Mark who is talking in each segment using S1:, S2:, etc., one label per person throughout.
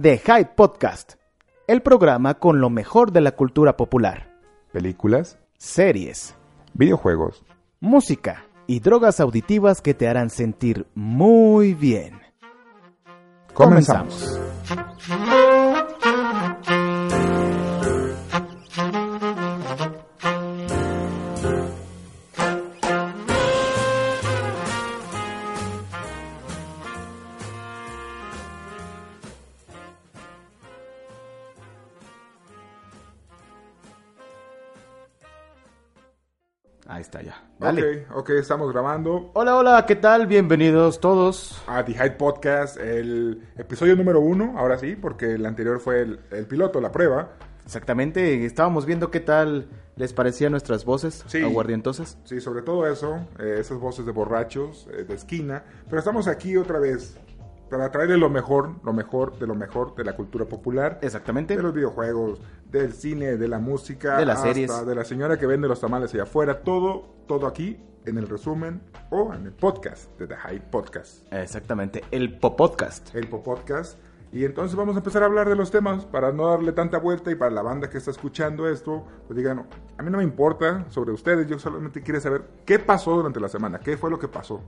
S1: The Hype Podcast, el programa con lo mejor de la cultura popular,
S2: películas,
S1: series,
S2: videojuegos.
S1: música y drogas auditivas que te harán sentir muy bien.
S2: Comenzamos.
S1: Ahí está ya.
S2: Ok, ok, estamos grabando
S1: Hola, hola, ¿qué tal? Bienvenidos todos.
S2: a The Hyde Podcast, el episodio número uno, ahora sí, porque el anterior fue el, el piloto, la prueba.
S1: Exactamente, estábamos viendo qué tal les parecían nuestras voces
S2: Sí.
S1: aguardientosas.
S2: Sí, sobre todo eso, eh, esas voces de borrachos, eh, de esquina. Pero estamos aquí otra vez para traerle lo mejor, lo mejor de lo mejor de la cultura popular.
S1: Exactamente.
S2: De los videojuegos, del cine, de la música,
S1: De las
S2: hasta
S1: series.
S2: de la señora que vende los tamales allá afuera, todo, todo aquí en el resumen o en el podcast de The Hype Podcast,
S1: Exactamente, el Popodcast.
S2: el podcast. Y entonces vamos a empezar a hablar de los temas para no darle tanta vuelta y para la banda que está escuchando esto, pues digan, a mí no me importa sobre ustedes, yo solamente quiero saber qué pasó durante la semana, qué fue lo que pasó.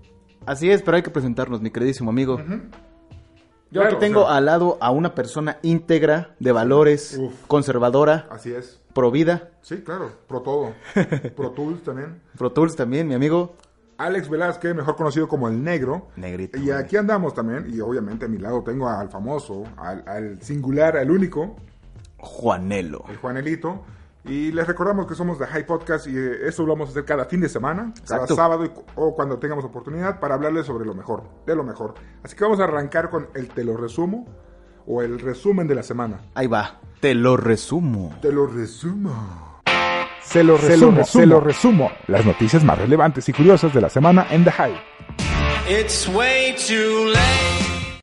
S1: Así es, pero hay que presentarnos, mi queridísimo amigo. Yo
S2: Claro,
S1: aquí tengo
S2: o sea,
S1: al lado a una persona íntegra, de valores,
S2: Uf.
S1: conservadora,
S2: Así es.
S1: provida.
S2: Sí, claro, pro todo. Pro Tools también.
S1: Pro Tools también, mi amigo.
S2: Alex Velázquez, mejor conocido como El Negro.
S1: Negrito.
S2: Y aquí andamos también, y obviamente a mi lado tengo al famoso, al, al singular, al único,
S1: Juanelo.
S2: el Juanelito. Y les recordamos que somos de High Podcast y eh, esto lo vamos a hacer cada fin de semana, cada
S1: Exacto.
S2: sábado y cu- o cuando tengamos oportunidad para hablarles sobre lo mejor, de lo mejor. Así que vamos a arrancar con el te lo resumo o el resumen de la semana.
S1: Ahí va, te lo resumo.
S2: Te lo resumo.
S1: Se lo
S2: resumo. Las noticias más relevantes y curiosas de la semana en The High.
S3: It's way too late.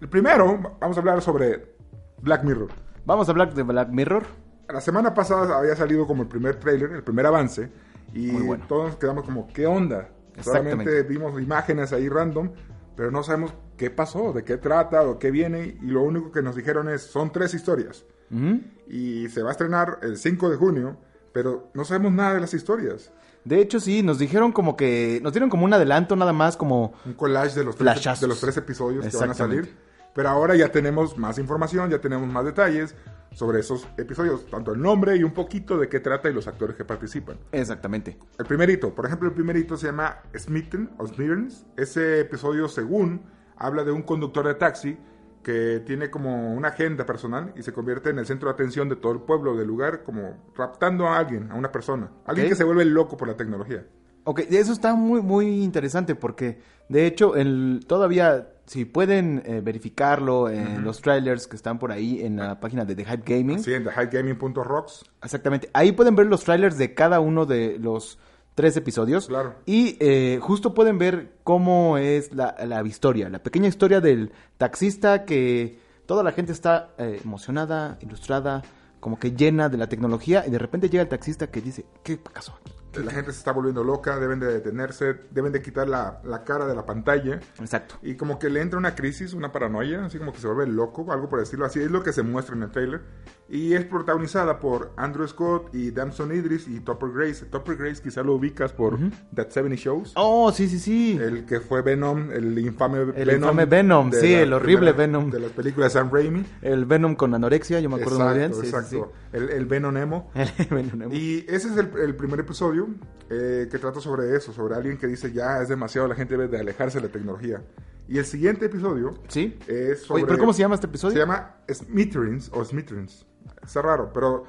S2: El primero, vamos a hablar sobre Black Mirror.
S1: Vamos a hablar de Black Mirror.
S2: La semana pasada había salido como el primer trailer, el primer avance, y
S1: Muy bueno.
S2: todos nos quedamos como, ¿qué onda?
S1: Exactamente.
S2: Solamente vimos imágenes ahí random, pero no sabemos qué pasó, de qué trata o qué viene, y lo único que nos dijeron es, son tres historias,
S1: ¿Mm?
S2: y se va a estrenar el 5 de junio, pero no sabemos nada de las historias.
S1: De hecho, sí, nos dijeron como que. Nos dieron como un adelanto nada más, como.
S2: Un collage de los tres,
S1: Flashazos.
S2: de los tres episodios que van a
S1: Exactamente.
S2: salir. Pero ahora ya tenemos más información, ya tenemos más detalles sobre esos episodios, tanto el nombre y un poquito de qué trata y los actores que participan.
S1: Exactamente.
S2: El primerito, por ejemplo, el primerito se llama Smitten o Smittens. Ese episodio, según, habla de un conductor de taxi que tiene como una agenda personal y se convierte en el centro de atención de todo el pueblo, del lugar, como raptando a alguien, a una persona. Alguien
S1: Ok.
S2: que se vuelve loco por la tecnología.
S1: Ok, eso está muy, muy interesante porque, de hecho, el, todavía, si pueden eh, verificarlo en los trailers que están por ahí en la página de The Hype Gaming,
S2: Sí, en thehighgaming.rocks.
S1: exactamente, ahí pueden ver los trailers de cada uno de los tres episodios.
S2: Claro.
S1: Y eh, justo pueden ver cómo es la, la historia, la pequeña historia del taxista que toda la gente está eh, emocionada, ilustrada, como que llena de la tecnología y de repente llega el taxista que dice, ¿qué pasó aquí?
S2: La gente se está volviendo loca, deben de detenerse, deben de quitar la, la cara de la pantalla.
S1: Exacto.
S2: Y como que le entra una crisis, una paranoia, así como que se vuelve loco, algo por decirlo así. Es lo que se muestra en el trailer. Y es protagonizada por Andrew Scott y Damson Idris y Topper Grace. Topper Grace quizá lo ubicas por That 70 Shows.
S1: Oh, sí, sí, sí.
S2: El que fue Venom, el infame
S1: El infame Venom,
S2: de
S1: sí,
S2: la
S1: el horrible Venom.
S2: De las películas de Sam Raimi.
S1: El Venom con anorexia, yo me acuerdo muy bien.
S2: Exacto,
S1: sí, sí,
S2: exacto. El, el Venom Nemo.
S1: sí. El Venom.
S2: Y ese es el, el primer episodio eh, que trata sobre eso, sobre alguien que dice ya es demasiado, la gente debe de alejarse de la tecnología. Y el siguiente episodio
S1: Sí.
S2: es sobre...
S1: Oye, ¿pero cómo se llama este episodio?
S2: Se llama Smitterings o Smitterings. Está raro, pero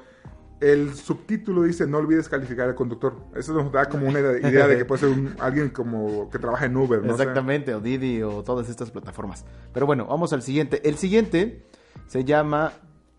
S2: el subtítulo dice no olvides calificar al conductor. Eso nos da como una idea de que puede ser un- alguien como que trabaja en Uber, ¿no? O sea,
S1: Exactamente, o Didi o todas estas plataformas. Pero bueno, vamos al siguiente. El siguiente se llama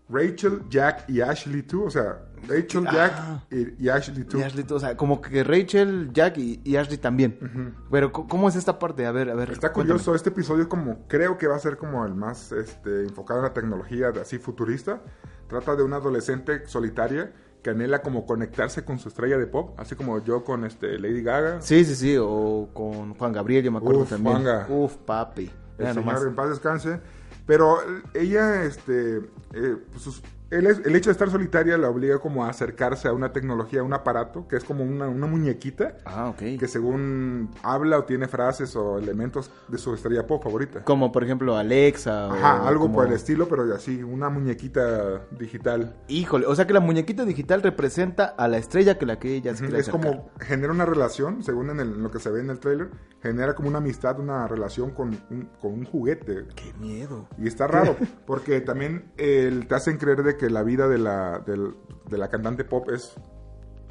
S2: Rachel, Jack y Ashley 2, o sea, Rachel, Jack
S1: Ah.
S2: y, y Ashley 2.
S1: y Ashley, o sea, como que Rachel, Jack y, y Ashley también. Pero co- ¿cómo es esta parte? A ver, a ver.
S2: Está
S1: cuéntame.
S2: curioso, este episodio como creo que va a ser como el más este, enfocado en la tecnología de- así futurista. Trata de una adolescente solitaria que anhela como conectarse con su estrella de pop, así como yo con este Lady Gaga.
S1: Sí, sí, sí, o con Juan Gabriel, yo me acuerdo
S2: Uf,
S1: también.
S2: Juanga.
S1: Uf, papi.
S2: el
S1: Mira
S2: señor
S1: nomás.
S2: en paz descanse. Pero eh, ella, este, eh, pues, sus- el, es- el hecho de estar solitaria la obliga como a acercarse a una tecnología, a un aparato, que es como una, una muñequita,
S1: Ah, ok.
S2: que según habla o tiene frases o elementos de su estrella pop favorita.
S1: Como por ejemplo Alexa. o
S2: Ajá, algo
S1: como-
S2: por el estilo, pero así, una muñequita digital.
S1: Híjole, o sea que la muñequita digital representa a la estrella que la que ella se quiere
S2: Es
S1: acercar.
S2: como genera una relación, según en, el- en lo que se ve en el trailer, genera como una amistad, una relación con un, con un juguete.
S1: Qué miedo.
S2: Y está raro, porque también el- te hacen creer de que la vida de la, del- de la cantante pop es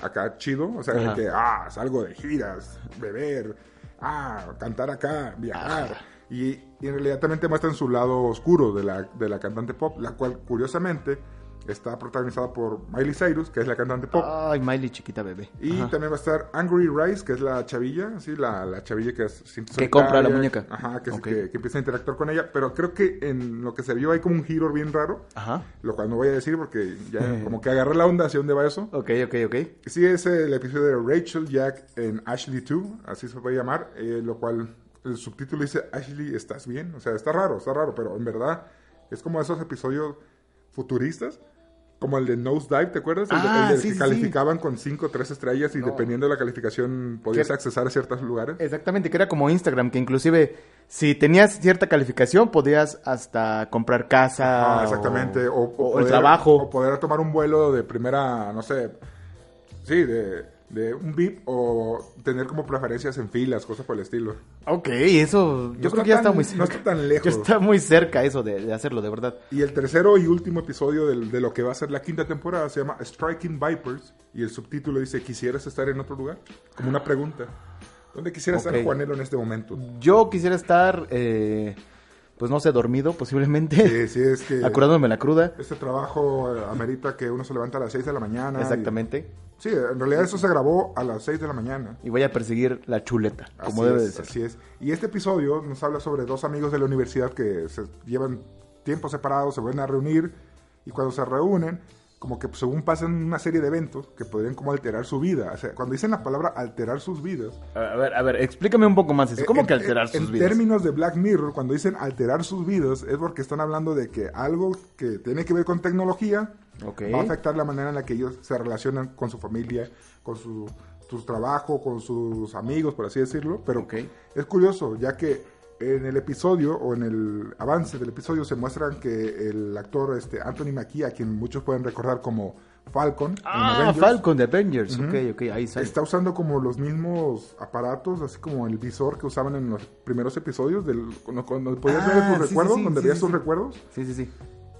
S2: acá chido, o sea, de
S1: Ajá.
S2: que, ah, salgo de giras, beber, ah, cantar acá, viajar. Y, y en realidad también te muestran su lado oscuro de la, de la cantante pop, la cual curiosamente está protagonizada por Miley Cyrus, que es la cantante pop.
S1: Ay, Miley chiquita bebé.
S2: Y
S1: Ajá.
S2: también va a estar Angry Rice, que es la chavilla, sí, la, la chavilla que es siempre
S1: Que compra la
S2: solitaria,
S1: muñeca.
S2: Ajá, que, es-
S1: Ok.
S2: que- que empieza a interactuar con ella. Pero creo que en lo que se vio hay como un giro bien raro,
S1: Ajá.
S2: lo cual no voy a decir porque ya como que agarré la onda hacia dónde va eso.
S1: Ok, ok, ok.
S2: Sí, es el episodio de Rachel Jack en Ashley 2, así se puede llamar, eh, lo cual el subtítulo dice Ashley, ¿estás bien? O sea, está raro, está raro, pero en verdad es como esos episodios futuristas, como el de Nosedive, ¿te acuerdas? El, de-
S1: Ah,
S2: el del
S1: sí,
S2: que
S1: sí,
S2: calificaban con 5 o 3 estrellas y dependiendo de la calificación podías
S1: Qué-
S2: accesar a ciertos lugares.
S1: Exactamente, que era como Instagram, que inclusive si tenías cierta calificación podías hasta comprar casa.
S2: Ah, exactamente. O,
S1: O,
S2: o
S1: o el
S2: poder-
S1: trabajo.
S2: O poder tomar un vuelo de primera, no sé. Sí, de, de un VIP o tener como preferencias en filas, cosas por el estilo.
S1: Ok, eso yo
S2: No
S1: creo
S2: está
S1: que ya está
S2: tan-
S1: muy
S2: no
S1: cerca.
S2: está tan lejos.
S1: Ya está muy cerca eso de, de hacerlo, de verdad.
S2: Y el tercero y último episodio del- de, lo que va a ser la quinta temporada se llama Striking Vipers y el subtítulo dice ¿Quisieras estar en otro lugar? Como una pregunta. ¿Dónde quisiera
S1: Ok.
S2: estar Juanelo en este momento?
S1: Yo quisiera estar, eh, pues no sé, dormido posiblemente,
S2: Eh, si es que
S1: acurándome la cruda.
S2: este trabajo eh, amerita que uno se levanta a las 6 de la mañana. y-
S1: Exactamente.
S2: sí, en realidad eso se grabó a las 6 de la mañana.
S1: Y voy a perseguir la chuleta, como
S2: Así
S1: debe
S2: es,
S1: de ser.
S2: Así es. Y este episodio nos habla sobre dos amigos de la universidad que se llevan tiempo separados, se vuelven a reunir y cuando se reúnen, como que según pasan una serie de eventos que podrían como alterar su vida. O sea, cuando dicen la palabra alterar sus vidas...
S1: A ver, a ver, explícame un poco más eso. ¿Cómo
S2: Eh, en-
S1: que alterar sus
S2: en
S1: vidas?
S2: términos de Black Mirror, cuando dicen alterar sus vidas es porque están hablando de que algo que tiene que ver con tecnología
S1: Ok.
S2: va a afectar la manera en la que ellos se relacionan con su familia, con su, su trabajo, con sus amigos, por así decirlo. Pero
S1: Ok.
S2: es curioso, ya que en el episodio o en el avance del episodio se muestran que el actor este, Anthony Mackie, a quien muchos pueden recordar como Falcon, en
S1: Ah,
S2: Avengers,
S1: Falcon de Avengers. Ok, ok, ahí sale.
S2: Está usando como los mismos aparatos, así como el visor que usaban en los primeros episodios, del, cuando, cuando podías
S1: Ah,
S2: ver
S1: sí,
S2: tus
S1: sí,
S2: recuerdos,
S1: sí,
S2: donde
S1: sí,
S2: veías
S1: sí,
S2: tus
S1: sí.
S2: recuerdos.
S1: Sí, sí, sí.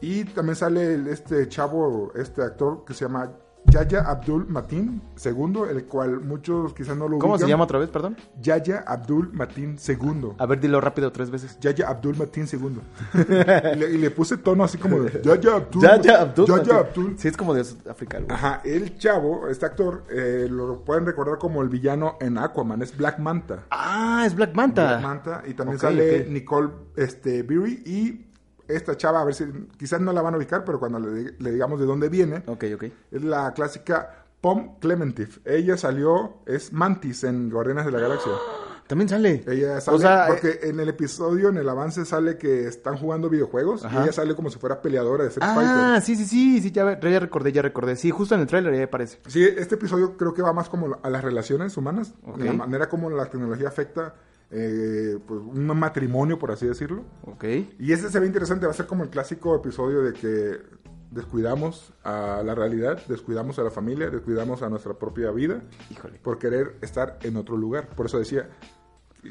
S2: Y también sale el- este chavo, este actor que se llama Yaya Abdul Matin II, el cual muchos quizás no lo
S1: ¿Cómo se
S2: ubican.
S1: llama otra vez, perdón?
S2: Yaya Abdul Matin II.
S1: A ver, dilo rápido tres veces.
S2: Yaya Abdul Matin II. y, le, y le puse tono así como de Yaya Abdul.
S1: Yaya Abdul.
S2: Yaya
S1: Matin.
S2: Abdul.
S1: Sí, es como de África. algo.
S2: Ajá, el chavo, este actor, eh, lo pueden recordar como el villano en Aquaman, es Black Manta.
S1: Ah, es Black Manta.
S2: Black Manta. Y también
S1: Ok,
S2: sale
S1: ok.
S2: Nicole este, Beery y esta chava, a ver si quizás no la van a ubicar, pero cuando le, le digamos de dónde viene,
S1: Ok, ok.
S2: es la clásica Pom Clementif. Ella salió, es Mantis en Guardianes de la Galaxia.
S1: También sale.
S2: Ella sale,
S1: o sea, eh,
S2: porque en el episodio, en el avance, sale que están jugando videojuegos y
S1: Ajá.
S2: ella sale como si fuera peleadora de Street
S1: Ah,
S2: Fighter.
S1: sí, sí, sí, sí, ya, ve- ya recordé, ya recordé. Sí, justo en el tráiler ya aparece.
S2: Sí, este episodio creo que va más como a las relaciones humanas,
S1: Ok.
S2: la manera como la tecnología afecta eh, pues, un matrimonio, por así decirlo.
S1: Ok.
S2: Y ese se ve interesante, va a ser como el clásico episodio de que descuidamos a la realidad, descuidamos a la familia, descuidamos a nuestra propia vida
S1: Híjole.
S2: por querer estar en otro lugar. Por eso decía,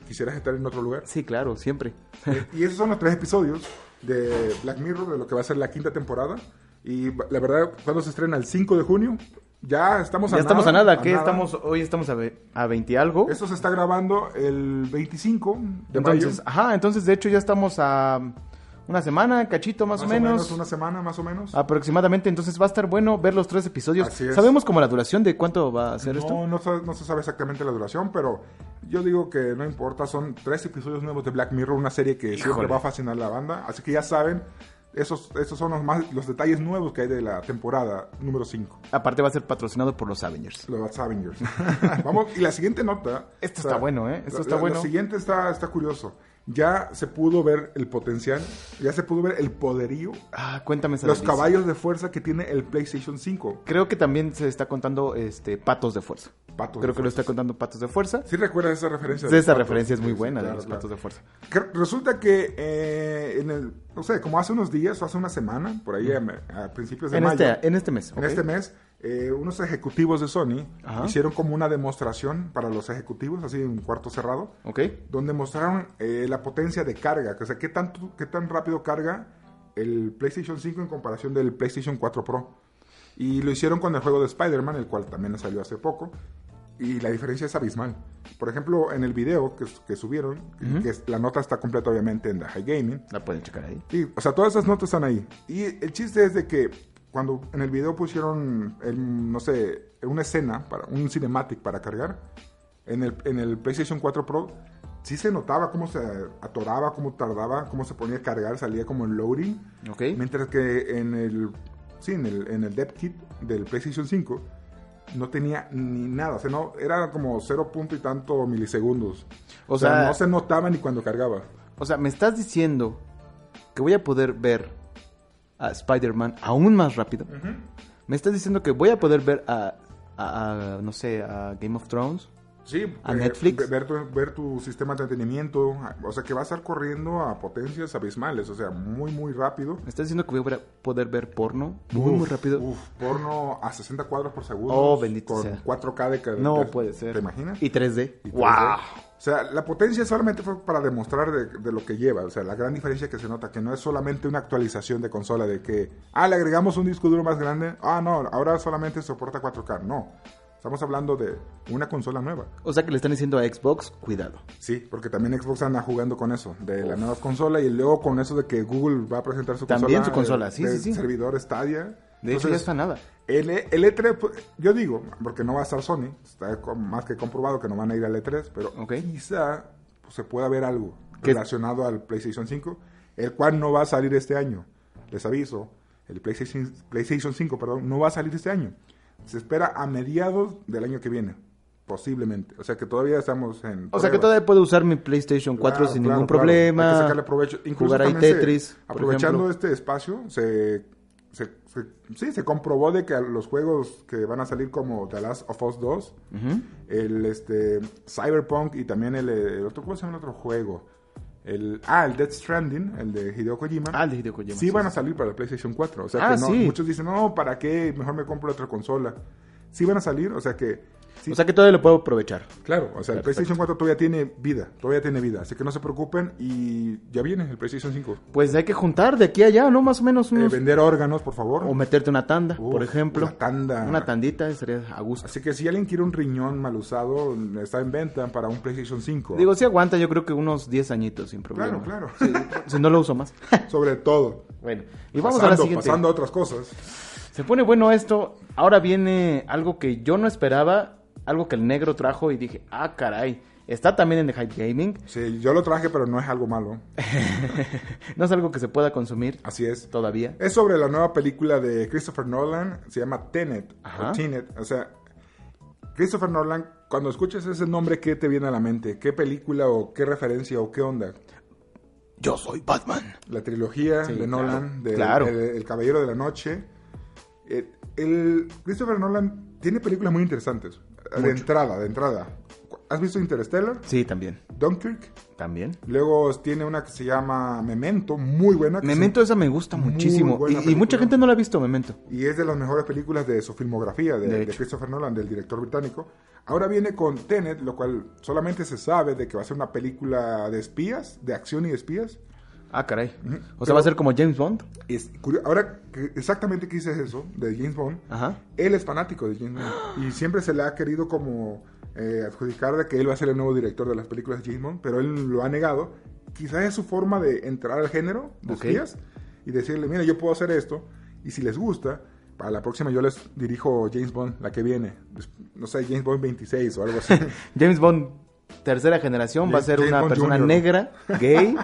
S2: quisieras estar en otro lugar.
S1: Sí, claro, siempre.
S2: Eh, y esos son los tres episodios de Black Mirror, de lo que va a ser la quinta temporada. Y ba- la verdad, cuando se estrena el 5 de junio, ya estamos a
S1: ya
S2: nada.
S1: estamos a nada, ¿qué? Estamos, hoy estamos a, ve- a 20 algo.
S2: Eso se está grabando el 25 de
S1: entonces, ah,
S2: mayo.
S1: ajá, entonces de hecho ya estamos a una semana, cachito más,
S2: Más
S1: o menos.
S2: Una semana, más o menos.
S1: Aproximadamente, entonces va a estar bueno ver los tres episodios.
S2: Así es.
S1: ¿Sabemos como la duración de cuánto va a ser
S2: No,
S1: esto?
S2: no, sa- no se sabe exactamente la duración, pero yo digo que no importa. Son tres episodios nuevos de Black Mirror, una serie que siempre
S1: Híjole.
S2: va a fascinar a la banda. Así que ya saben, esos, esos son los, más, los detalles nuevos que hay de la temporada número 5.
S1: Aparte va a ser patrocinado por los Avengers.
S2: Los Avengers. Vamos, y la siguiente nota.
S1: Esto está bueno, ¿eh? Esto está
S2: la-
S1: bueno.
S2: La siguiente está, está curioso. ya se pudo ver el potencial, ya se pudo ver el poderío,
S1: Ah, cuéntame esa
S2: los
S1: delicia.
S2: caballos de fuerza que tiene el PlayStation 5.
S1: Creo que también se está contando este patos de fuerza.
S2: Patos
S1: Creo
S2: de
S1: que lo
S2: fuerza.
S1: está contando patos de fuerza.
S2: ¿Sí recuerdas esa referencia?
S1: Esa
S2: Patos?
S1: referencia es muy
S2: Sí, sí,
S1: buena de
S2: claro,
S1: los
S2: claro.
S1: patos de fuerza.
S2: Que resulta que eh, en el, no sé, como hace unos días o hace una semana, por ahí a, a principios de
S1: En
S2: mayo,
S1: este, en este mes.
S2: en
S1: ¿ok?
S2: este mes, eh, unos ejecutivos de Sony
S1: Ajá.
S2: hicieron como una demostración para los ejecutivos, así en un cuarto cerrado,
S1: Ok.
S2: donde mostraron eh, la potencia de carga, que, o sea, qué, tanto, qué tan rápido carga el PlayStation 5 en comparación del PlayStation 4 Pro. Y lo hicieron con el juego de Spider-Man, el cual también salió hace poco. Y la diferencia es abismal. Por ejemplo, en el video que, que subieron, que es- la nota está completa obviamente en The High Gaming,
S1: La pueden checar ahí.
S2: y, o sea, todas esas notas están ahí. Y el chiste es de que cuando en el video pusieron, el, no sé, una escena, para, un cinematic para cargar, en el, en el PlayStation 4 Pro, sí se notaba cómo se atoraba, cómo tardaba, cómo se ponía a cargar, salía como el loading.
S1: Ok.
S2: Mientras que en el, sí, en el, en el dev kit del PlayStation 5 no tenía ni nada, o sea, no, era como cero punto y tanto milisegundos.
S1: O
S2: o sea
S1: sea-
S2: no se notaba ni cuando cargaba.
S1: O sea, me estás diciendo que voy a poder ver a Spider-Man aún más rápido. Me estás diciendo que voy a poder ver a, a- a, no sé, a Game of Thrones.
S2: Sí,
S1: ¿A
S2: eh,
S1: Netflix?
S2: ve- Ver tu, ver tu sistema de entretenimiento, o sea que va a estar corriendo a potencias abismales, o sea, muy, muy rápido.
S1: Me estás diciendo que voy a ver- poder ver porno muy, muy
S2: Uf,
S1: rápido.
S2: Uf, porno a 60 cuadros por segundo.
S1: Oh, bendito
S2: con
S1: sea.
S2: 4K de cada
S1: no puede ser.
S2: ¿Te imaginas?
S1: Y 3D.
S2: Y 3D.
S1: ¡Wow!
S2: O sea, la potencia solamente fue para demostrar de, de lo que lleva. O sea, la gran diferencia que se nota, que no es solamente una actualización de consola, de que, ah, le agregamos un disco duro más grande. Ah, no, ahora solamente soporta 4K. No. Estamos hablando de una consola nueva.
S1: O sea que le están diciendo a Xbox, cuidado.
S2: Sí, porque también Xbox anda jugando con eso, de la nueva consola y luego con eso de que Google va a presentar su
S1: También
S2: consola.
S1: su consola,
S2: de-
S1: sí,
S2: de
S1: sí, sí.
S2: Servidor Stadia.
S1: De hecho, ya está nada.
S2: El, E- el E3, pues, yo digo, porque no va a estar Sony, está con- más que comprobado que no van a ir al E3, pero
S1: Ok.
S2: quizá pues, se pueda ver algo
S1: ¿Qué-
S2: relacionado al PlayStation 5, el cual no va a salir este año. Les aviso, el PlayStation, PlayStation 5 perdón, no va a salir este año. Se espera a mediados del año que viene, posiblemente. O sea que todavía estamos en...
S1: O sea que
S2: pruebas.
S1: todavía puedo usar mi PlayStation 4
S2: Claro,
S1: sin
S2: claro,
S1: ningún
S2: claro.
S1: problema.
S2: Hay que sacarle provecho. Incluso
S1: jugar ahí
S2: también se-
S1: Tetris. por
S2: aprovechando
S1: ejemplo.
S2: este espacio, se, se- se- sí, se comprobó de que a los juegos que van a salir como The Last of Us 2, el este, Cyberpunk y también el, eh, otro, ¿cómo se llama el otro juego? El, ah, el Death Stranding, el de Hideo Kojima.
S1: Ah, el de Hideo Kojima,
S2: Sí,
S1: sí,
S2: van
S1: sí,
S2: a salir para el PlayStation 4. O sea
S1: Ah,
S2: que no,
S1: sí.
S2: muchos dicen, no, ¿para qué? Mejor me compro otra consola. Sí van a salir, o sea que... sí-
S1: O sea que todavía lo puedo aprovechar.
S2: Claro, o sea, el PlayStation 4 todavía tiene vida, todavía tiene vida, así que no se preocupen y ya viene el PlayStation 5.
S1: Pues hay que juntar de aquí a allá, ¿no? Más o menos
S2: Eh,
S1: unos...
S2: vender órganos, por favor.
S1: O meterte una tanda,
S2: Uf,
S1: por ejemplo.
S2: una tanda.
S1: Una tandita, eh, sería a gusto.
S2: Así que si alguien quiere un riñón mal usado, está en venta para un PlayStation 5.
S1: Digo, si aguanta, yo creo que unos 10 añitos sin problema.
S2: claro, claro.
S1: Si no lo uso más.
S2: Sobre todo.
S1: bueno, y vamos a la
S2: Pasando-
S1: siguiente.
S2: Pasando a otras cosas.
S1: Se pone bueno esto. Ahora viene algo que yo no esperaba. Algo que el negro trajo y dije, ah, caray. Está también en The Hype Gaming.
S2: Sí, yo lo traje, pero no es algo malo.
S1: no es algo que se pueda consumir
S2: Así es.
S1: todavía.
S2: Es sobre la nueva película de Christopher Nolan, se llama Tenet.
S1: Ajá.
S2: o Tenet, o sea, Christopher Nolan, cuando escuchas ese nombre, ¿qué te viene a la mente? ¿Qué película o qué referencia o qué onda?
S1: Yo soy Batman.
S2: La trilogía
S1: Sí,
S2: de
S1: claro,
S2: Nolan, de
S1: claro.
S2: el, El Caballero de la Noche. Eh, el Christopher Nolan tiene películas muy interesantes. De entrada, de entrada. ¿Has visto Interstellar?
S1: Sí, también.
S2: Dunkirk.
S1: También.
S2: Luego tiene una que se llama Memento, muy buena. que
S1: Memento, esa me gusta
S2: muy
S1: muchísimo.
S2: buena
S1: Y- Y,
S2: película.
S1: mucha gente no la ha visto, Memento.
S2: y es de las mejores películas de su filmografía,
S1: De
S2: de, de
S1: hecho.
S2: Christopher Nolan, del director británico. Ahora viene con Tenet, lo cual solamente se sabe de que va a ser una película de espías, de acción y de espías.
S1: Ah, caray. O sea,
S2: Pero-
S1: va a ser como James Bond.
S2: Es curio- Ahora, que- exactamente que dices eso, de James Bond,
S1: Ajá.
S2: él es fanático de James Bond. Y siempre se le ha querido como eh, adjudicar de que él va a ser el nuevo director de las películas de James Bond, pero él lo ha negado. Quizás es su forma de entrar al género de
S1: Ok.
S2: espías y decirle, mira, yo puedo hacer esto y si les gusta, para la próxima yo les dirijo James Bond, la que viene. Pues, No sé, James Bond 26 o algo así.
S1: James Bond, tercera generación, va a ser
S2: James
S1: una
S2: Bond
S1: persona
S2: Jr..
S1: negra, gay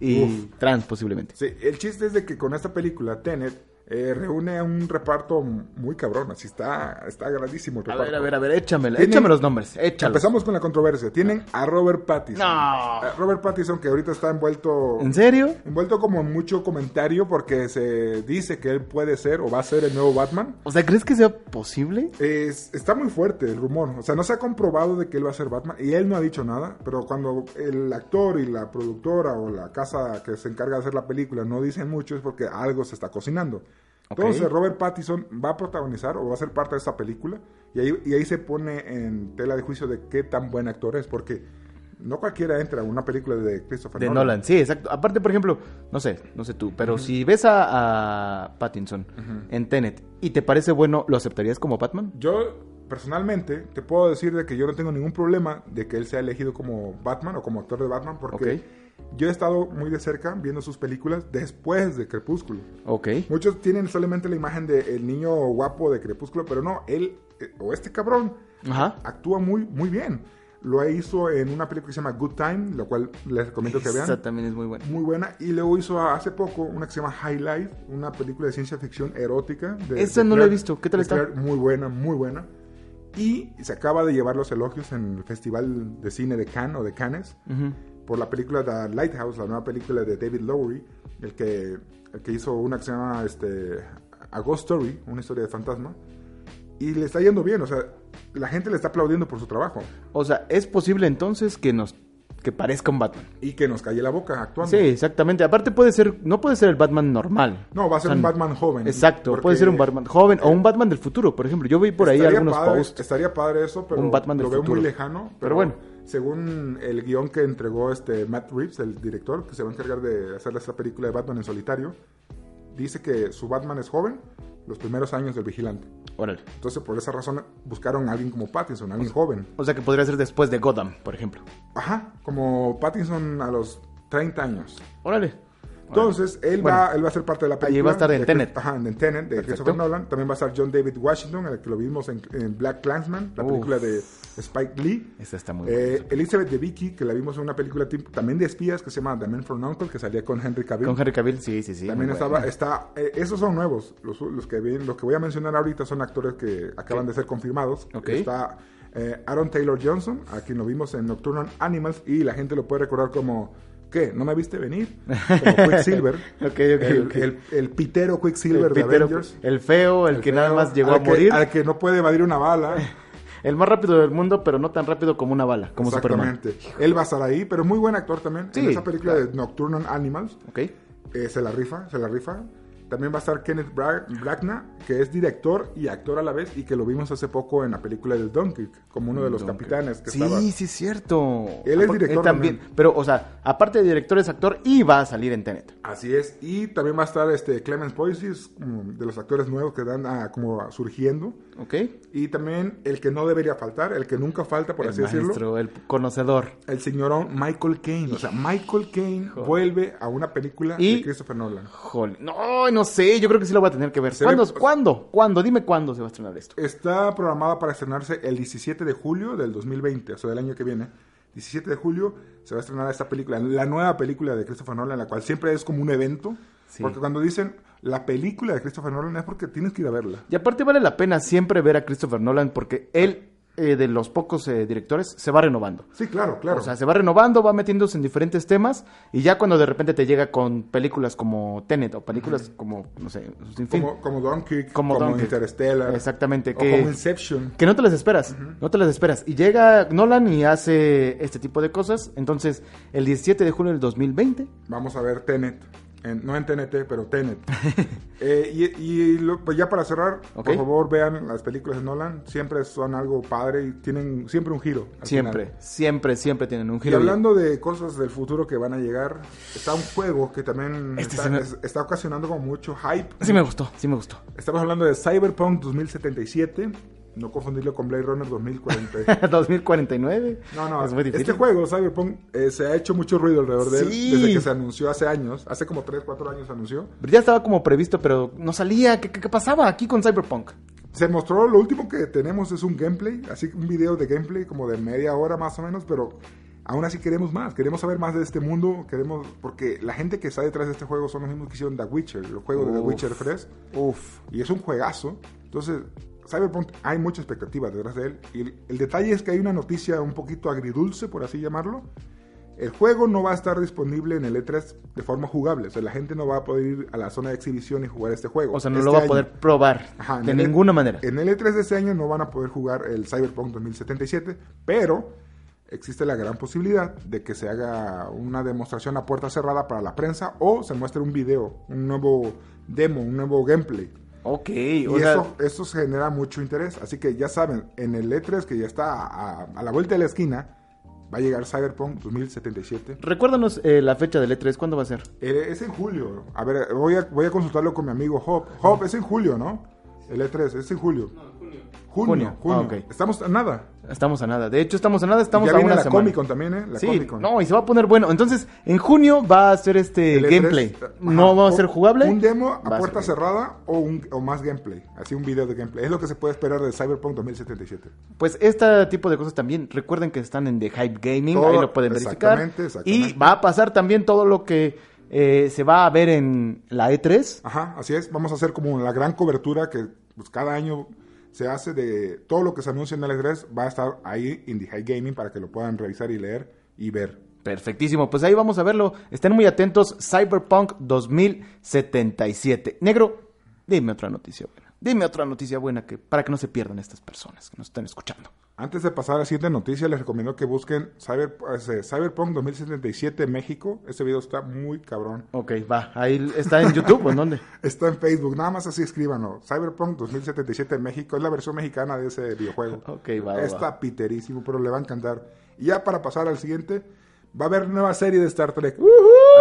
S1: y trans posiblemente.
S2: Sí, el chiste es de que con esta película, Tenet, eh, reúne a un reparto muy cabrón. Así está, está grandísimo el
S1: A
S2: reparto.
S1: ver, a ver, a ver, échamela.
S2: Tienen-
S1: Échame los nombres, échalos.
S2: Empezamos con la controversia. Tienen a Robert Pattinson.
S1: No.
S2: Eh, Robert Pattinson, que ahorita está envuelto.
S1: ¿En serio?
S2: Envuelto como en mucho comentario porque se dice que él puede ser o va a ser el nuevo Batman.
S1: O sea, ¿crees que sea posible?
S2: Es- está muy fuerte el rumor. O sea, no se ha comprobado de que él va a ser Batman. Y él no ha dicho nada. Pero cuando el actor y la productora o la casa que se encarga de hacer la película no dicen mucho es porque algo se está cocinando.
S1: Ok.
S2: Entonces, Robert Pattinson va a protagonizar o va a ser parte de esta película. Y ahí, y ahí se pone en tela de juicio de qué tan buen actor es. Porque no cualquiera entra a una película de Christopher
S1: De Nolan. sí, exacto. Aparte, por ejemplo, no sé, no sé tú, pero si ves a, a Pattinson en Tenet y te parece bueno, ¿lo aceptarías como Batman?
S2: Yo personalmente te puedo decir de que yo no tengo ningún problema de que él sea elegido como Batman o como actor de Batman porque yo he estado muy de cerca viendo sus películas después de Crepúsculo.
S1: Ok.
S2: Muchos tienen solamente la imagen del el niño guapo de Crepúsculo, pero no, él eh, o este cabrón
S1: Ajá.
S2: actúa muy muy bien. Lo hizo en una película que se llama Good Time, lo cual les recomiendo que vean
S1: Esa también es muy buena.
S2: muy buena. Y luego hizo hace poco una que se llama High Life, una película de ciencia ficción erótica. De,
S1: Esa
S2: de
S1: no la he
S2: Claire-
S1: visto. ¿Qué tal
S2: de
S1: está?
S2: Claire, muy buena, muy buena. Y se acaba de llevar los elogios en el Festival de Cine de Cannes o de Cannes
S1: Ujú.
S2: por la película The Lighthouse, la nueva película de David Lowery, el que, el que hizo una que se llama este, A Ghost Story, una historia de fantasma. Y le está yendo bien, o sea, la gente le está aplaudiendo por su trabajo.
S1: O sea, ¿es posible entonces que nos que parezca un Batman?
S2: Y que nos calle la boca actuando.
S1: Sí, exactamente. Aparte puede ser, no puede ser el Batman normal.
S2: No, va a ser
S1: O sea,
S2: un Batman joven.
S1: Exacto, puede ser un
S2: porque- eh,
S1: Batman joven o un Batman del futuro, por ejemplo. Yo vi por ahí
S2: Estaría
S1: algunos
S2: padre-
S1: posts.
S2: Estaría padre eso, pero
S1: Un Batman del
S2: lo veo
S1: futuro.
S2: muy lejano. Pero,
S1: Pero bueno.
S2: Según el guión que entregó este Matt Reeves, el director, que se va a encargar de hacer esta película de Batman en solitario, dice que su Batman es joven, los primeros años del vigilante.
S1: Órale.
S2: Entonces, por esa razón, buscaron a alguien como Pattinson, alguien joven.
S1: O sea, que podría ser después de Gotham, por ejemplo.
S2: Ajá, como Pattinson a los 30 años.
S1: Órale.
S2: Entonces, él,
S1: Bueno.
S2: va, él va a ser parte de la película.
S1: Ahí va a estar en
S2: de-
S1: Tenet.
S2: Ajá, en Tenet, de Christopher Nolan. También va a estar John David Washington, el que lo vimos en, en Black Clansman, la
S1: Uf.
S2: película de Spike Lee.
S1: Esta está muy buena.
S2: Eh, Elizabeth Debicki, que la vimos en una película tipo- también de espías que se llama The Man from Uncle, que salía con Henry Cavill.
S1: Con Henry Cavill, sí, sí, sí.
S2: también
S1: muy
S2: estaba,
S1: buena.
S2: está, eh, esos son nuevos, los, los que vi- los que voy a mencionar ahorita son actores que acaban de ser confirmados.
S1: Ok.
S2: Está eh, Aaron Taylor Johnson, a quien lo vimos en Nocturnal Animals, y la gente lo puede recordar como, ¿qué? ¿No me viste venir? Como Quicksilver.
S1: Ok, ok,
S2: el,
S1: ok.
S2: el- el pitero Quicksilver
S1: el,
S2: de
S1: pitero-
S2: Avengers.
S1: el feo, el, que nada más llegó a
S2: Al que-
S1: morir.
S2: Al que no puede evadir una bala.
S1: El más rápido del mundo, pero no tan rápido como una bala, como Superman.
S2: Exactamente. Él va a estar ahí, pero es muy buen actor también.
S1: Sí,
S2: en esa película
S1: claro.
S2: de Nocturnal Animals,
S1: Ok.
S2: eh, se la rifa, se la rifa. También va a estar Kenneth Bra- Branagh, que es director y actor a la vez, y que lo vimos hace poco en la película del Dunkirk, como uno de los capitanes que
S1: Sí,
S2: estaba.
S1: sí, es cierto.
S2: Él es
S1: Apar-
S2: director
S1: también.
S2: también.
S1: Pero, o sea, aparte de director, es actor y va a salir en Tenet.
S2: Así es. Y también va a estar este Clemens Poisis, mm, de los actores nuevos que dan a- como surgiendo.
S1: ¿Ok?
S2: Y también el que no debería faltar, el que nunca falta, por
S1: el
S2: así
S1: maestro,
S2: decirlo.
S1: el conocedor.
S2: El señorón Michael Caine. O sea, Michael Caine vuelve a una película
S1: Y-
S2: de Christopher Nolan.
S1: Jol- No, no sé, yo creo que sí lo voy a tener que ver.
S2: Se
S1: ¿Cuándo?
S2: ve-
S1: ¿Cuándo? ¿Cuándo? Dime cuándo se va a estrenar esto.
S2: Está programada para estrenarse el 17 de julio del 2020, o sea, del año que viene. 17 de julio se va a estrenar esta película, la nueva película de Christopher Nolan, la cual siempre es como un evento.
S1: Sí.
S2: Porque cuando dicen la película de Christopher Nolan es porque tienes que ir a verla.
S1: Y aparte vale la pena siempre ver a Christopher Nolan porque él, eh, de los pocos eh, directores, se va renovando.
S2: Sí, claro, claro.
S1: O sea, se va renovando, va metiéndose en diferentes temas y ya cuando de repente te llega con películas como Tenet o películas como, no sé, sin fin.
S2: como, como Dunkirk,
S1: Como
S2: como,
S1: Dunkirk.
S2: Interstellar.
S1: Exactamente,
S2: o
S1: que-
S2: como Inception.
S1: Que no te las esperas, no te las esperas. Y llega Nolan y hace este tipo de cosas. Entonces, el 17 de junio del 2020,
S2: Vamos a ver Tenet. En- no en TNT, pero Tenet. Eh, y y lo- pues ya para cerrar,
S1: Ok.
S2: por favor vean las películas de Nolan. Siempre son algo padre y tienen siempre un giro. al
S1: siempre,
S2: final.
S1: siempre, siempre tienen un
S2: Y
S1: giro.
S2: hablando de cosas del futuro que van a llegar, está un juego que también
S1: Este
S2: está,
S1: se me-
S2: es- está ocasionando como mucho hype.
S1: Sí me gustó, sí me gustó.
S2: Estamos hablando de Cyberpunk 2077, no confundirlo con Blade Runner 2040.
S1: 2049.
S2: No, no,
S1: es muy difícil.
S2: este juego, Cyberpunk, eh, se ha hecho mucho ruido alrededor de él
S1: Sí.
S2: desde que se anunció hace años, hace como 3, 4 años se anunció.
S1: Pero ya estaba como previsto, pero no salía. ¿Qué, qué- qué pasaba aquí con Cyberpunk?
S2: Se mostró, lo último que tenemos es un gameplay, así que un video de gameplay como de media hora más o menos, pero Aún así queremos más, queremos saber más de este mundo, queremos porque la gente que está detrás de este juego son los mismos que hicieron The Witcher, el juego de The
S1: Uf.
S2: Witcher 3,
S1: Uf.
S2: y es un juegazo. Entonces, Cyberpunk hay mucha expectativa detrás de él. Y el, el detalle es que hay una noticia un poquito agridulce, por así llamarlo. El juego no va a estar disponible en el E3 de forma jugable, o sea, la gente no va a poder ir a la zona de exhibición y jugar este juego.
S1: O sea, no
S2: este
S1: lo va
S2: año.
S1: a poder probar
S2: Ajá, en
S1: de
S2: el E-
S1: ninguna manera.
S2: En el E3 de este año no van a poder jugar el Cyberpunk 2077, pero existe la gran posibilidad de que se haga una demostración a puerta cerrada para la prensa o se muestre un video, un nuevo demo, un nuevo gameplay.
S1: Ok,
S2: Y
S1: o sea,
S2: eso, eso genera mucho interés. Así que ya saben, en el E3 que ya está a, a la vuelta de la esquina, va a llegar Cyberpunk 2077.
S1: recuérdanos eh, la fecha del E3, ¿cuándo va a ser?
S2: Eh, es en julio. A ver, voy a, voy a consultarlo con mi amigo Hop. Hop, es en julio, ¿no? El E3, es en julio. No, junio. Junio,
S1: Junio.
S2: junio.
S1: Ah, ok.
S2: Estamos a nada.
S1: Estamos a nada. De hecho, estamos a nada, estamos
S2: ya
S1: a
S2: viene
S1: una
S2: la
S1: semana.
S2: Comic Con también, ¿eh? La
S1: sí,
S2: Comic Con.
S1: no, y se va a poner bueno. Entonces, en junio va a ser este
S2: El E3,
S1: gameplay.
S2: ajá,
S1: no va a
S2: o-
S1: ser jugable.
S2: Un demo
S1: Va
S2: a
S1: a
S2: puerta
S1: ser
S2: cerrada o, un, o más gameplay. Así un video de gameplay. Es lo que se puede esperar de Cyberpunk 2077.
S1: Pues este tipo de cosas también, recuerden que están en The Hype Gaming,
S2: Todo-
S1: ahí lo pueden verificar.
S2: exactamente, exactamente.
S1: Y va a pasar también todo lo que eh, se va a ver en la E E3.
S2: Ajá, así es. Vamos a hacer como la gran cobertura que pues, cada año se hace de todo lo que se anuncia en el E3. Va a estar ahí en The High Gaming para que lo puedan revisar y leer y ver.
S1: Perfectísimo, pues ahí vamos a verlo. Estén muy atentos, Cyberpunk 2077. Negro, dime otra noticia buena. Dime otra noticia buena que, para que no se pierdan estas personas que nos están escuchando.
S2: Antes de pasar a la siguiente noticia, les recomiendo que busquen Cyber- eh, Cyberpunk 2077 México. Este video está muy cabrón.
S1: Ok, va, ahí está en YouTube, ¿o ¿en dónde?
S2: Está en Facebook, nada más así escríbanlo. Cyberpunk 2077 México es la versión mexicana de ese videojuego.
S1: Ok, va, va,
S2: Está
S1: va.
S2: piterísimo, pero le va a encantar. Y ya para pasar al siguiente, va a haber nueva serie de Star Trek. A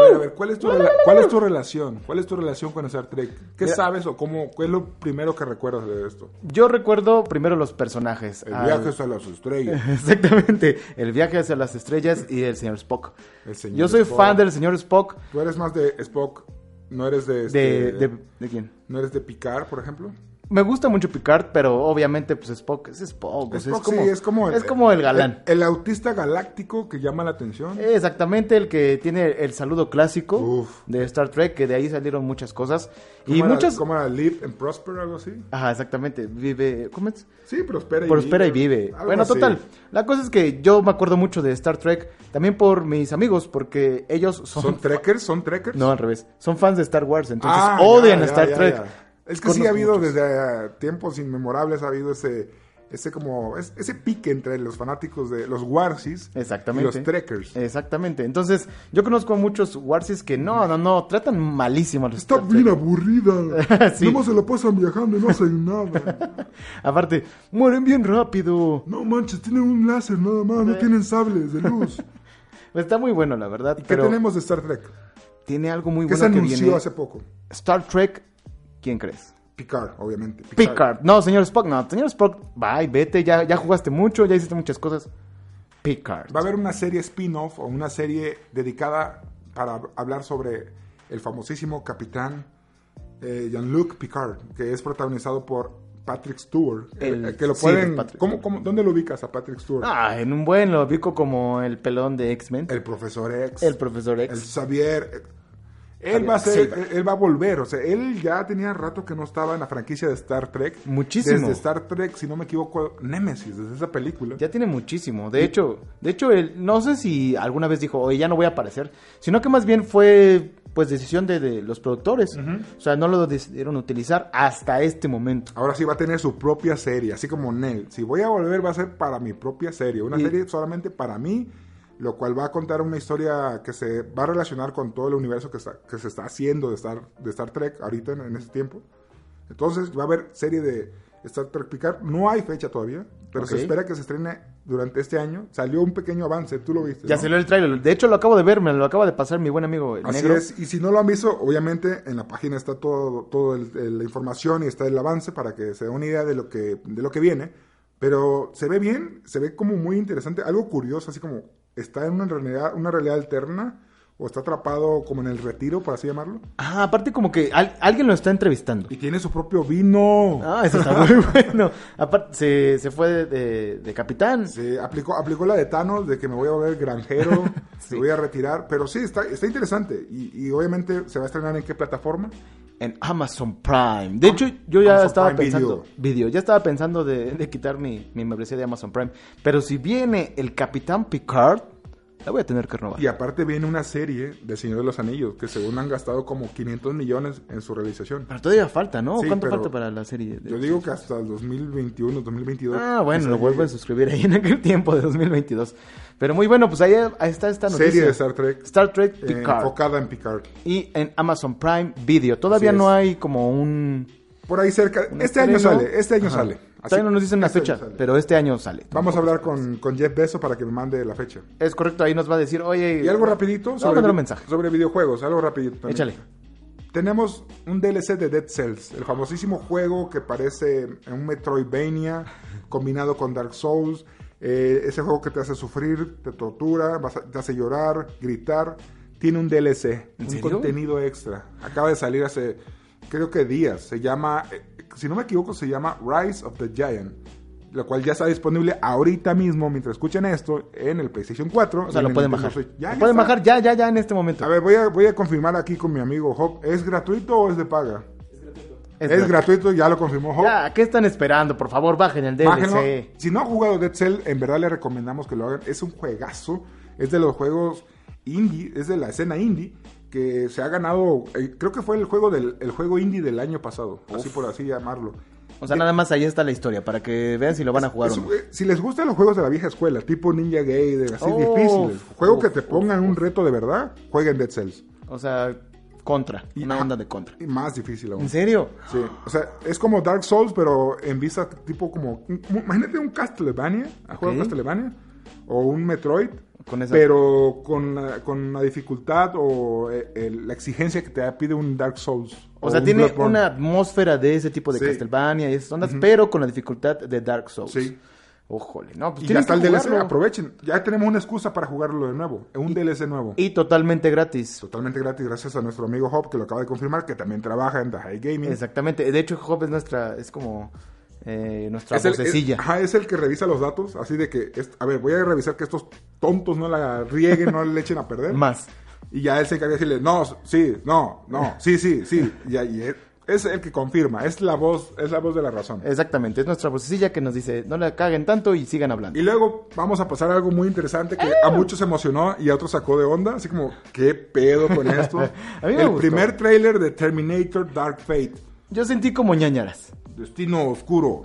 S2: ver, a ver, ¿cuál es, tu rela- cuál es tu relación? ¿Cuál es tu relación con Star Trek? ¿Qué
S1: Mira-
S2: sabes o cómo, qué es lo primero que recuerdas de esto?
S1: Yo recuerdo primero los personajes.
S2: El
S1: Al-
S2: viaje hasta las estrellas.
S1: Exactamente, el viaje hacia las estrellas y el señor Spock.
S2: El señor
S1: Yo soy
S2: Spock.
S1: fan del señor Spock.
S2: Tú eres más de Spock, no eres de... este-
S1: De, de, ¿de quién?
S2: ¿No eres de Picard, por ejemplo?
S1: Me gusta mucho Picard, pero obviamente pues Spock es Spock. o sea,
S2: Spock,
S1: Pues es, como,
S2: sí, es como
S1: el, galán. Eh,
S2: El, el autista galáctico que llama la atención.
S1: Exactamente, el que tiene el saludo clásico
S2: Uf.
S1: de Star Trek, que de ahí salieron muchas cosas. Y
S2: ¿Cómo era-
S1: muchas...
S2: ¿Cómo era? Live and Prosper, algo así.
S1: Ajá, exactamente. Vive... ¿Cómo es?
S2: Sí, prospera y
S1: Prospera y
S2: vive.
S1: vive.
S2: algo
S1: Bueno,
S2: así.
S1: total. La cosa es que yo me acuerdo mucho de Star Trek, también por mis amigos, porque ellos son...
S2: ¿Son trekkers? ¿Son trekkers?
S1: No, al revés. Son fans de Star Wars, entonces
S2: Ah,
S1: odian
S2: ya,
S1: a Star
S2: ya, ya,
S1: Trek.
S2: ya. Es que sí
S1: Conozco
S2: ha habido
S1: muchos.
S2: desde eh, tiempos inmemorables, ha habido ese, ese como, es- ese pique entre los fanáticos de los Warsis
S1: Exactamente. Eh,
S2: y los trekkers.
S1: Exactamente. Entonces, yo conozco a muchos Warsis que no, no, no, tratan malísimo a los
S2: Está
S1: Star Trek.
S2: bien aburrida.
S1: Sí.
S2: Luego se la pasan viajando y no hacen nada.
S1: Aparte, mueren bien rápido.
S2: No manches, tienen un láser nada más, no tienen sables de luz.
S1: Está muy bueno, la verdad.
S2: ¿Qué
S1: pero
S2: tenemos de Star Trek?
S1: Tiene algo muy
S2: ¿Qué se
S1: bueno que
S2: anunció
S1: viene.
S2: hace poco?
S1: Star Trek, ¿quién crees?
S2: Picard, obviamente.
S1: Picard. No, señor Spock, no. Señor Spock, bye, vete, ya, ya jugaste mucho, ya hiciste muchas cosas. Picard.
S2: Va a haber una serie spin-off o una serie dedicada para hablar sobre el famosísimo capitán eh, Jean-Luc Picard, que es protagonizado por Patrick Stewart.
S1: El-
S2: Eh, que lo
S1: sí,
S2: pueden.
S1: de Patrick.
S2: ¿cómo- cómo- dónde lo ubicas a Patrick Stewart?
S1: Ah, en un buen lo ubico como el pelón de X-Men. El,
S2: El profesor X.
S1: profesor
S2: el
S1: X.
S2: Xavier. eh, Él
S1: Xavier
S2: va, a ser, eh,
S1: Silver.
S2: él- él va a volver, o sea, él ya tenía rato que no estaba en la franquicia de Star Trek.
S1: Muchísimo.
S2: Desde Star Trek, si no me equivoco, Nemesis, desde esa película.
S1: Ya tiene muchísimo. De hecho, de hecho, él, no sé si alguna vez dijo, oye, ya no voy a aparecer, sino que más bien fue pues decisión de, de los productores. O sea, no lo decidieron utilizar hasta este momento.
S2: Ahora sí va a tener su propia serie, así como Nell. Si voy a volver va a ser para mi propia serie, una
S1: Y-
S2: serie solamente para mí, lo cual va a contar una historia que se va a relacionar con todo el universo que, está- que se está haciendo de Star, de Star Trek ahorita en, en este tiempo. Entonces va a haber serie de Star Trek Picard. No hay fecha todavía, pero
S1: Ok.
S2: se espera que se estrene durante este año. Salió un pequeño avance, tú lo viste.
S1: Ya
S2: ¿no?
S1: salió el tráiler. De hecho, lo acabo de ver, me lo acaba de pasar mi buen amigo el
S2: Así
S1: negro.
S2: es, y si no lo han visto, obviamente en la página está todo, todo el- el- la información y está el avance para que se den una idea de lo que, de lo que viene. Pero se ve bien, se ve como muy interesante, algo curioso, así como está en una realidad, una realidad alterna, o está atrapado como en el retiro, por así llamarlo.
S1: Ah, aparte como que al- alguien lo está entrevistando.
S2: Y tiene su propio vino.
S1: Ah, eso está muy bueno. Aparte, se, se fue de, de- de capitán.
S2: Sí, aplicó, aplicó la de Thanos de que me voy a volver granjero,
S1: Sí.
S2: me voy a retirar. Pero sí, está, está interesante. Y, y obviamente se va a estrenar en qué plataforma.
S1: En Amazon Prime. De hecho, yo ya
S2: Amazon
S1: estaba
S2: Prime
S1: pensando. Video. Ya estaba pensando de, de quitar mi, mi membresía de Amazon Prime. Pero si viene el Capitán Picard, la voy a tener que renovar.
S2: Y aparte viene una serie de Señor de los Anillos, que según han gastado como 500 millones en su realización.
S1: Pero todavía falta, ¿no?
S2: Sí,
S1: ¿Cuánto
S2: pero-
S1: falta para la serie? de-
S2: Yo digo que hasta el 2021, 2022.
S1: Ah, bueno,
S2: quizá
S1: lo vuelvo a
S2: llegue.
S1: suscribir ahí en aquel tiempo de 2022. Pero muy bueno, pues ahí, ahí está esta noticia.
S2: Serie de Star Trek.
S1: Star Trek
S2: eh,
S1: Picard.
S2: enfocada en Picard.
S1: y en Amazon Prime Video. Todavía
S2: Así es.
S1: no hay como un...
S2: Por ahí cerca.
S1: un
S2: Este año
S1: estreno.
S2: sale, este año
S1: Ajá.
S2: sale. Así-
S1: Todavía no nos dicen la
S2: este año
S1: fecha,
S2: sale.
S1: pero este año sale.
S2: Vamos a hablar con, con Jeff Bezos para que me mande la fecha.
S1: Es correcto, ahí nos va a decir, oye...
S2: Y algo rapidito
S1: Vamos a mandar un
S2: vi-
S1: mensaje.
S2: sobre videojuegos, algo rapidito. también.
S1: Échale.
S2: Tenemos un DLC de Dead Cells, el famosísimo juego que parece un Metroidvania combinado con Dark Souls. Eh, ese juego que te hace sufrir, te tortura, vas a- te hace llorar, gritar. Tiene un DLC, un
S1: serio?
S2: contenido extra. Acaba de salir hace, creo que días. Se llama, eh, si no me equivoco, se llama Rise of the Giant. Lo cual ya está disponible ahorita mismo, mientras escuchan esto, en el PlayStation 4.
S1: O sea,
S2: y en
S1: lo
S2: el
S1: pueden
S2: Nintendo
S1: bajar.
S2: Switch. Ya,
S1: lo
S2: ya
S1: pueden
S2: está.
S1: bajar ya, ya, ya en este momento.
S2: A ver, voy a, voy a confirmar aquí con mi amigo Hop. ¿Es gratuito o es de paga? Es,
S1: gratis.
S2: gratuito, ya lo confirmó Hop.
S1: Ya, ¿qué están esperando? Por favor, bajen el DLC.
S2: Bájenlo. Si no ha jugado Dead Cell, en verdad le recomendamos que lo hagan. Es un juegazo. Es de los juegos indie, es de la escena indie que se ha ganado. eh, creo que fue el juego del el juego indie del año pasado, así por así llamarlo.
S1: O sea, nada más ahí está la historia, para que vean si lo van a jugar
S2: Es
S1: o
S2: un-
S1: no.
S2: eh, si les gustan los juegos de la vieja escuela, tipo Ninja Gaiden, así
S1: Uf,
S2: difíciles, juego
S1: uf,
S2: que te
S1: Oh, uf,
S2: pongan un reto de verdad, jueguen Dead Cells.
S1: O sea, contra, una
S2: ajá,
S1: onda de contra.
S2: Y ah. más difícil aún.
S1: ¿En serio?
S2: Sí, o sea, es como Dark Souls, pero en vista tipo como... como- imagínate un Castlevania, un juego de
S1: Ok.
S2: Castlevania, o un Metroid,
S1: Con esa-
S2: pero con la, con la dificultad o eh, el- la exigencia que te pide un Dark Souls.
S1: O sea,
S2: un
S1: tiene
S2: Bloodborne.
S1: una atmósfera de ese tipo de
S2: Sí.
S1: Castlevania y esas ondas, pero con la dificultad de Dark Souls.
S2: Sí.
S1: Ójole, no, pues
S2: Y ya
S1: tienen
S2: está el
S1: que
S2: DLC,
S1: jugarlo.
S2: aprovechen. Ya tenemos una excusa para jugarlo de nuevo, un DLC nuevo.
S1: Y totalmente gratis.
S2: Totalmente gratis, gracias a nuestro amigo Hop, que lo acaba de confirmar, que también trabaja en The High Gaming.
S1: Exactamente. De hecho, Job es nuestra, es como eh, nuestra
S2: Es el,
S1: vocecilla.
S2: es- ajá, es el que revisa los datos, así de que, es- a ver, voy a revisar que estos tontos no la rieguen, no le echen a perder.
S1: Más.
S2: Y ya él se encarga de decirle, no, sí, no, no, sí, sí, sí. Y ahí es- es el que confirma, es la voz, es la voz de la razón.
S1: Eh. Exactamente. Es nuestra vocecilla que nos dice, no la caguen tanto y sigan hablando.
S2: Y luego vamos a pasar a algo muy interesante que a muchos emocionó y a otros sacó de onda, así como, ¿qué pedo con esto?
S1: mí me
S2: el
S1: gustó.
S2: primer tráiler de Terminator Dark Fate,
S1: Yo sentí como ñañaras.
S2: Destino Oscuro.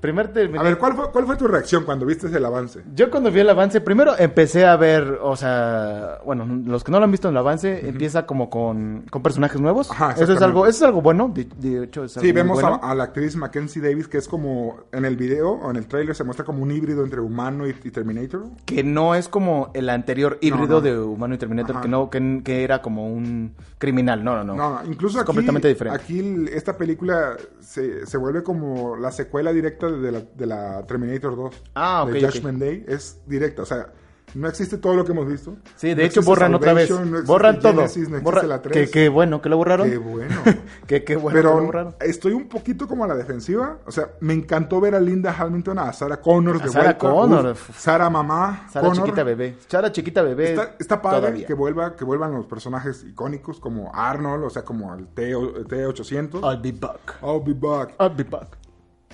S1: Primer termi-
S2: A ver, ¿cuál fue, cuál fue tu reacción cuando viste el avance?
S1: Yo cuando vi el avance, primero empecé a ver, o sea, bueno, los que no lo han visto en el avance, empieza como con, con personajes nuevos.
S2: Ajá,
S1: eso es
S2: exactamente.
S1: algo, eso es algo bueno, de, de hecho es algo
S2: Sí,
S1: muy
S2: vemos
S1: bueno.
S2: a, a la actriz Mackenzie Davis que es como en el video o en el tráiler se muestra como un híbrido entre humano y, y Terminator.
S1: que no es como el anterior híbrido
S2: no.
S1: de humano y Terminator
S2: Ajá.
S1: que no que, que era como un criminal. No, no, no.
S2: No, no, incluso
S1: Es
S2: aquí,
S1: completamente diferente.
S2: aquí el- esta película se, se vuelve como la secuela directa de la, de la Terminator 2.
S1: Ah, ok,
S2: De
S1: ok.
S2: Judgment Day es directa, o sea, no existe todo lo que hemos visto.
S1: Sí, de
S2: No
S1: hecho
S2: existe
S1: borran otra vez.
S2: Salvation, no existe
S1: borran todo.
S2: Genesis, no existe
S1: Borra-
S2: la 3.
S1: que qué bueno que lo borraron.
S2: Qué bueno.
S1: que qué bueno que lo
S2: Pero
S1: borraron.
S2: estoy un poquito como a la defensiva. O sea, me encantó ver a Linda Hamilton, a Sarah Connor
S1: A
S2: de
S1: Sarah
S2: vuelta.
S1: Connor.
S2: Uf, Sarah mamá.
S1: Sara
S2: Connor.
S1: chiquita bebé. Sara chiquita bebé.
S2: Está, está padre
S1: todavía.
S2: que vuelva, que vuelvan los personajes icónicos como Arnold, o sea, como el T, 800
S1: I'll be back.
S2: I'll be back.
S1: I'll be back.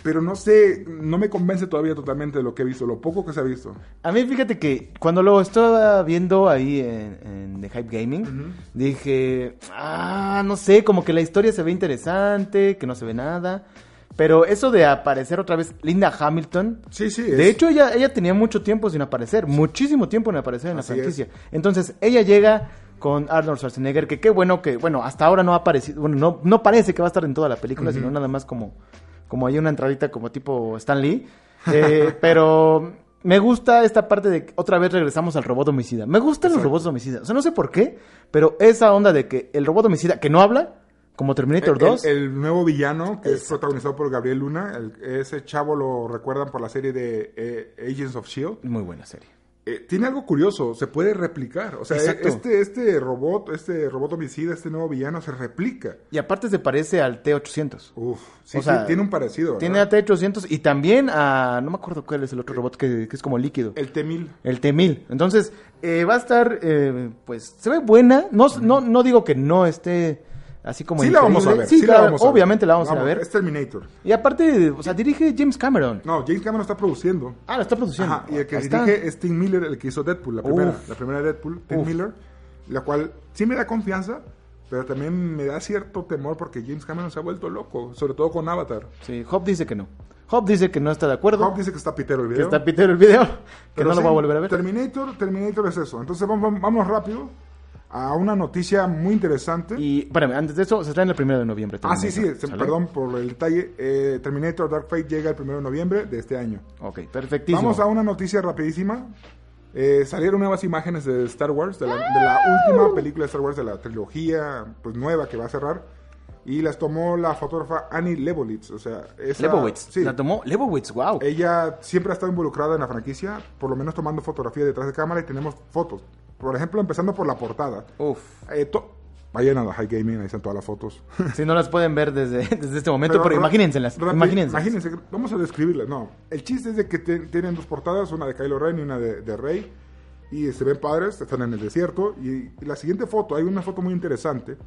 S2: Pero no sé, no me convence todavía totalmente de lo que he visto, lo poco que se ha visto.
S1: A mí fíjate que cuando lo estaba viendo ahí en, en The Hype Gaming, dije, ah, no sé, como que la historia se ve interesante, que no se ve nada. Pero eso de aparecer otra vez Linda Hamilton,
S2: Sí, sí.
S1: de hecho ella, ella tenía mucho tiempo sin aparecer, muchísimo tiempo sin aparecer en
S2: Así
S1: la
S2: es.
S1: franquicia. Entonces ella llega con Arnold Schwarzenegger, que qué bueno que, bueno, hasta ahora no ha aparecido, bueno, no, no parece que va a estar en toda la película, sino nada más como, como hay una entradita como tipo Stan Lee. Eh, pero me gusta esta parte de que otra vez regresamos al robot homicida. Me gustan los
S2: Exacto.
S1: robots homicidas, o sea, no sé por qué, pero esa onda de que el robot homicida que no habla, como Terminator 2,
S2: Eh, El, el nuevo villano que es protagonizado por Gabriel Luna, el- ese chavo lo recuerdan por la serie de eh, Agents of Shield.
S1: muy buena serie.
S2: eh, tiene algo curioso, se puede replicar. O sea,
S1: Exacto.
S2: este, este robot, este robot homicida, este nuevo villano se replica.
S1: Y aparte se parece al T-800.
S2: Uf, sí,
S1: O sea,
S2: sí, tiene un parecido. ¿verdad?
S1: Tiene al T-800 y también a... No me acuerdo cuál es el
S2: Eh,
S1: otro robot que, que es como líquido.
S2: el T-1000.
S1: El T-1000. Entonces, eh, va a estar, eh, pues, se ve buena. No, no, no digo que no esté así como...
S2: Sí la vamos a
S1: increíble.
S2: ver.
S1: Sí,
S2: sí la
S1: claro,
S2: vamos a ver.
S1: obviamente la vamos, a ver.
S2: Es Terminator.
S1: Y aparte, o sea, dirige James Cameron.
S2: No, James Cameron está produciendo.
S1: Ah, la está produciendo.
S2: Ajá, y el que
S1: Ahí está.
S2: dirige eh, es Tim Miller, el que hizo Deadpool, la primera,
S1: Uf.
S2: la primera de Deadpool, Tim
S1: Uf.
S2: Miller, la cual sí me da confianza, pero también me da cierto temor porque James Cameron se ha vuelto loco, sobre todo con Avatar.
S1: Sí, Hop dice que no. Hop dice que no está de acuerdo.
S2: Hawk dice que está pitero el
S1: que
S2: video.
S1: está pitero el video. Que
S2: pero
S1: no lo
S2: sí,
S1: va a volver a ver.
S2: Terminator, Terminator es eso. Entonces vamos, vamos rápido a una noticia muy interesante.
S1: Y, espérame, antes de eso, se traen el primero de noviembre.
S2: ah, sí, sí,
S1: Terminator,
S2: se-
S1: ¿sale?
S2: perdón por el detalle. eh, Terminator Dark Fate llega el 1 de noviembre de este año.
S1: Ok, perfectísimo.
S2: Vamos a una noticia rapidísima. Eh, salieron nuevas imágenes de Star Wars, de la, de la última película de Star Wars, de la trilogía pues nueva que va a cerrar. Y las tomó la fotógrafa Annie Leibovitz. O sea, esa-
S1: Lebowitz.
S2: sí.
S1: La tomó Lebowitz, wow.
S2: Ella siempre ha estado involucrada en la franquicia, por lo menos tomando fotografía detrás de cámara y tenemos fotos. Por ejemplo, empezando por la portada.
S1: Uf.
S2: Eh, to- Vayan a la High Gaming, ahí están todas las fotos.
S1: Si no las pueden ver desde, desde este momento, pero,
S2: ra-
S1: imagínenselas.
S2: rápido,
S1: Imagínenselas.
S2: imagínense, Vamos a describirlas. No, el chiste es de que te- tienen dos portadas, una de Kylo Ren y una de, de Rey. Y se ven padres, están en el desierto. Y, y la siguiente foto, hay una foto muy interesante.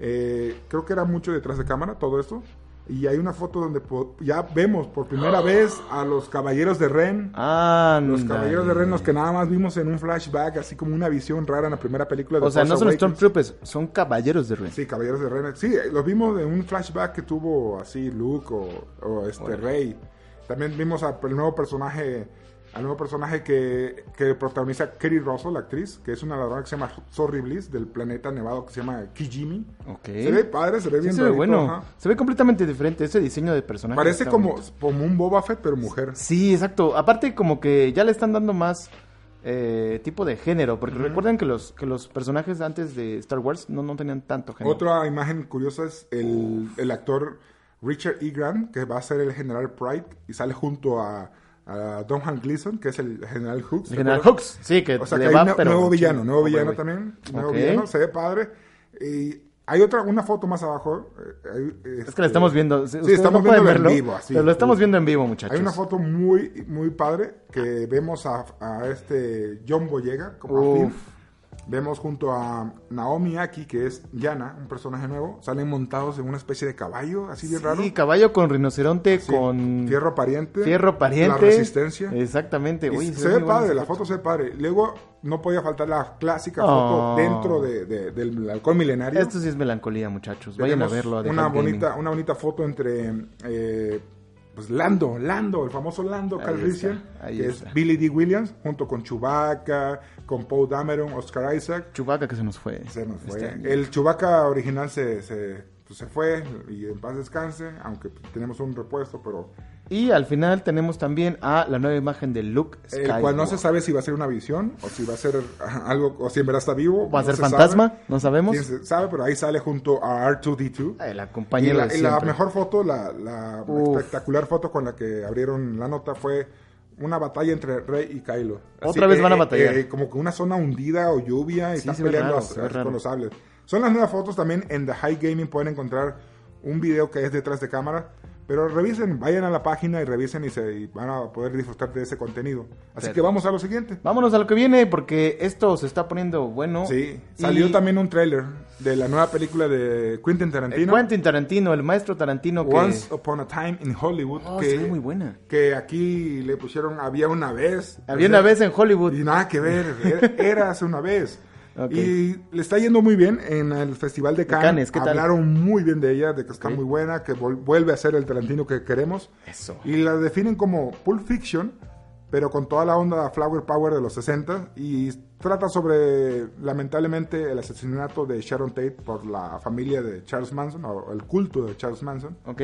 S2: eh, creo que era mucho detrás de cámara todo esto. Y hay una foto donde po- ya vemos por primera vez a los caballeros de Ren.
S1: Ah,
S2: Los caballeros de Ren, los que nada más vimos en un flashback, así como una visión rara en la primera película de
S1: O sea,
S2: Force
S1: no son
S2: Awakens.
S1: Stormtroopers, son caballeros de Ren.
S2: Sí, Caballeros de Ren. Sí, eh, los vimos en un flashback que tuvo así Luke o, o este Rey. También vimos al per- nuevo personaje, al nuevo personaje que, que protagoniza Kerry Russell, la actriz, que es una ladrona que se llama Sorry Bliss del planeta nevado que se llama Kijimi.
S1: Ok.
S2: Se ve padre, se ve
S1: Sí,
S2: bien
S1: se ve
S2: rarito,
S1: bueno.
S2: ajá.
S1: Se ve completamente diferente ese diseño de personaje.
S2: Parece
S1: está
S2: como,
S1: bonito.
S2: como un Boba Fett, pero mujer.
S1: Sí, exacto. Aparte como que ya le están dando más eh, tipo de género, porque recuerden que los que los personajes antes de Star Wars no, no tenían tanto género.
S2: Otra imagen curiosa es el, el actor Richard E. Grant, que va a ser el general Pride, y sale junto a, a Donhan Gleason, que es el general Hooks.
S1: El
S2: ¿te
S1: General
S2: acuerdas?
S1: Hooks, sí, que
S2: O sea,
S1: le
S2: que hay
S1: va,
S2: un
S1: pero-
S2: nuevo villano, nuevo
S1: Ok,
S2: villano
S1: güey.
S2: también. Nuevo
S1: Ok.
S2: villano, se ve padre. Y hay otra, una foto más abajo. eh, hay,
S1: Es que
S2: este,
S1: la estamos viendo. Sí, ustedes
S2: estamos
S1: no pueden
S2: viéndolo en
S1: verlo,
S2: vivo, así.
S1: Pero lo estamos viendo en vivo, muchachos.
S2: Hay una foto muy, muy padre que vemos a, a este John Boyega como a
S1: Uf.
S2: Finn. Vemos junto a Naomi Aki, que es Yana, un personaje nuevo. Salen montados en una especie de caballo, así bien raro.
S1: Sí, caballo con rinoceronte,
S2: Sí,
S1: con
S2: Fierro pariente.
S1: fierro pariente. Este,
S2: La resistencia.
S1: Exactamente.
S2: Y
S1: Uy,
S2: se ve
S1: muy buena
S2: padre,
S1: esa
S2: la foto se ve padre. Luego no podía faltar la clásica
S1: Oh.
S2: foto dentro de, de- del alcohol milenario.
S1: Esto sí es melancolía, muchachos. Vayan a
S2: Tenemos
S1: verlo. a The
S2: una
S1: Hand Gaming.
S2: bonita, una bonita foto entre eh, pues Lando, Lando, el famoso Lando
S1: Ahí
S2: Calrissian,
S1: está, ahí
S2: que
S1: está.
S2: es Billy D. Williams, junto con Chewbacca, con Poe Dameron, Oscar Isaac.
S1: Chewbacca que se nos fue.
S2: Se nos fue.
S1: Este año.
S2: el Chewbacca original se, se, pues, se fue y en paz descanse, aunque tenemos un repuesto, pero
S1: Y al final tenemos también a la nueva imagen de Luke Skywalker.
S2: el cual no se sabe si va a ser una visión o si va a ser algo, o si en verdad está vivo.
S1: ¿Va a
S2: no
S1: ser
S2: se
S1: fantasma?
S2: sabe.
S1: No sabemos.
S2: Quién se sabe, pero ahí sale junto a R2D2.
S1: Eh, La
S2: Y
S1: compañera
S2: la,
S1: de
S2: y la
S1: siempre.
S2: mejor foto, la, la
S1: Uf.
S2: espectacular foto con la que abrieron la nota fue una batalla entre Rey y Kylo. eh,
S1: Otra vez van a batallar.
S2: como que una zona hundida o lluvia y
S1: Sí,
S2: están
S1: se ve
S2: peleando
S1: raro,
S2: así
S1: se ve raro.
S2: con los sables. Son las nuevas fotos también en The High Gaming pueden encontrar un video que es detrás de cámara. Pero revisen, vayan a la página y revisen y, se, y van a poder disfrutar de ese contenido. Así
S1: Pero-
S2: que vamos a lo siguiente.
S1: Vámonos a lo que viene porque esto se está poniendo bueno.
S2: Sí,
S1: Y- Eh,
S2: salió también un tráiler de la nueva película de Quentin Tarantino.
S1: Quentin Tarantino, el maestro Tarantino que...
S2: Once Pues Upon a Time in Hollywood.
S1: Oh,
S2: que,
S1: se ve muy buena.
S2: que aquí le pusieron Había una vez.
S1: Había una vez en Hollywood.
S2: Y nada que ver, era- era hace una vez.
S1: Ok.
S2: Y le está yendo muy bien en el Festival de Cannes.
S1: Cannes, ¿qué tal?
S2: Hablaron muy bien de ella, de que está
S1: Ok.
S2: muy buena, que vol- vuelve a ser el Tarantino que queremos.
S1: Eso.
S2: Y la definen como Pulp Fiction, pero con toda la onda Flower Power de los 60 y trata sobre, lamentablemente, el asesinato de Sharon Tate por la familia de Charles Manson, o el culto de Charles Manson
S1: ¿Ok?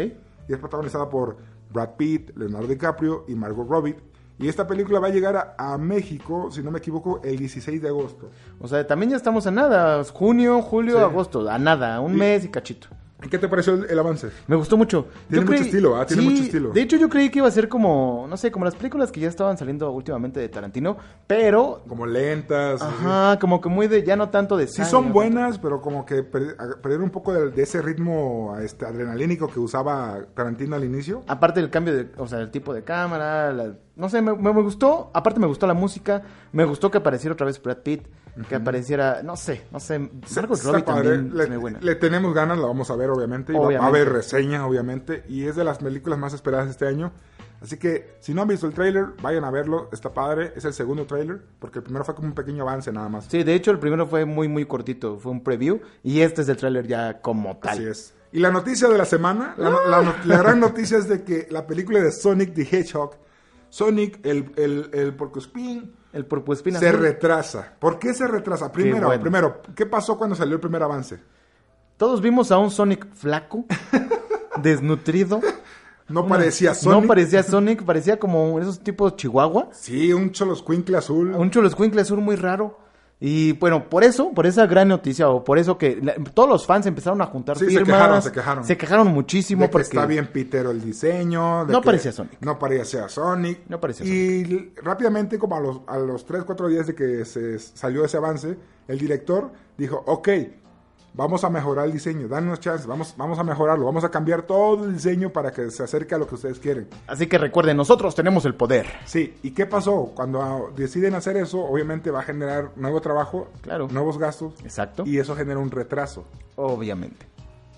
S2: y es protagonizada por Brad Pitt, Leonardo DiCaprio y Margot Robbie. Y esta película va a llegar a, a México, si no me equivoco, el 16 de agosto.
S1: O sea, también ya estamos a nada. Junio, julio,
S2: Sí.
S1: agosto. A nada. Un
S2: Y-
S1: mes y cachito.
S2: ¿Qué te pareció el, el avance?
S1: Me gustó mucho.
S2: Tiene mucho estilo, ah, tiene mucho estilo.
S1: De hecho, yo creí que iba a ser como, no sé, como las películas que ya estaban saliendo últimamente de Tarantino, pero.
S2: Como lentas. así.
S1: Ajá, como que muy de. Ya no tanto de.
S2: Sí
S1: sangre,
S2: son
S1: ¿no?
S2: buenas, pero como que per- a- perder un poco de, de ese ritmo este, adrenalínico que usaba Tarantino al inicio.
S1: Aparte del cambio de. O sea, el tipo de cámara. la- no sé, me, me- me gustó. Aparte, me gustó la música. Me gustó que apareciera otra vez Brad Pitt. Que apareciera. No sé, no sé. Margot
S2: Está
S1: Robbie
S2: padre.
S1: Pues también es muy
S2: Le,
S1: buena.
S2: le tenemos ganas, la vamos a ver obviamente. y va- Va a
S1: Obviamente.
S2: haber reseña obviamente. Y es de las películas más esperadas este año. Así que si no han visto el tráiler, vayan a verlo. Está padre. Es el segundo tráiler. Porque el primero fue como un pequeño avance nada más.
S1: Sí, de hecho, el primero fue muy, muy cortito. Fue un preview. Y este es el tráiler ya como tal.
S2: Así es. Y la noticia de la semana, la, la no- la gran noticia es de que la película de Sonic the Hedgehog, Sonic el, el, el porcospin,
S1: El porcuespina.
S2: se
S1: azul.
S2: retrasa. ¿Por qué se retrasa? Primero,
S1: bueno.
S2: primero, ¿qué pasó cuando salió el primer avance?
S1: Todos vimos a un Sonic flaco, desnutrido.
S2: No
S1: Una-
S2: parecía Sonic.
S1: No parecía Sonic, parecía como esos tipos chihuahua.
S2: Sí, un cholos azul.
S1: Un choloscuincle azul muy raro. Y bueno, por eso, por esa gran noticia, o por eso que la- todos los fans empezaron a juntar
S2: Sí, se
S1: firmas.
S2: quejaron, se quejaron.
S1: muchísimo
S2: de que
S1: porque
S2: está bien pitero el diseño. de
S1: No
S2: que
S1: parecía Sonic.
S2: No parecía Sonic.
S1: No parecía
S2: y l- rápidamente, como a los, a los 3, 4 días de que se s- salió ese avance, el director dijo, ok, vamos a mejorar el diseño, danos chance, vamos, vamos a mejorarlo, vamos a cambiar todo el diseño para que se acerque a lo que ustedes quieren.
S1: Así que recuerden, nosotros tenemos el poder.
S2: Sí, ¿y qué pasó? Cuando ah, deciden hacer eso, obviamente va a generar nuevo trabajo,
S1: Claro.
S2: nuevos gastos,
S1: Exacto.
S2: y eso genera un retraso.
S1: Obviamente.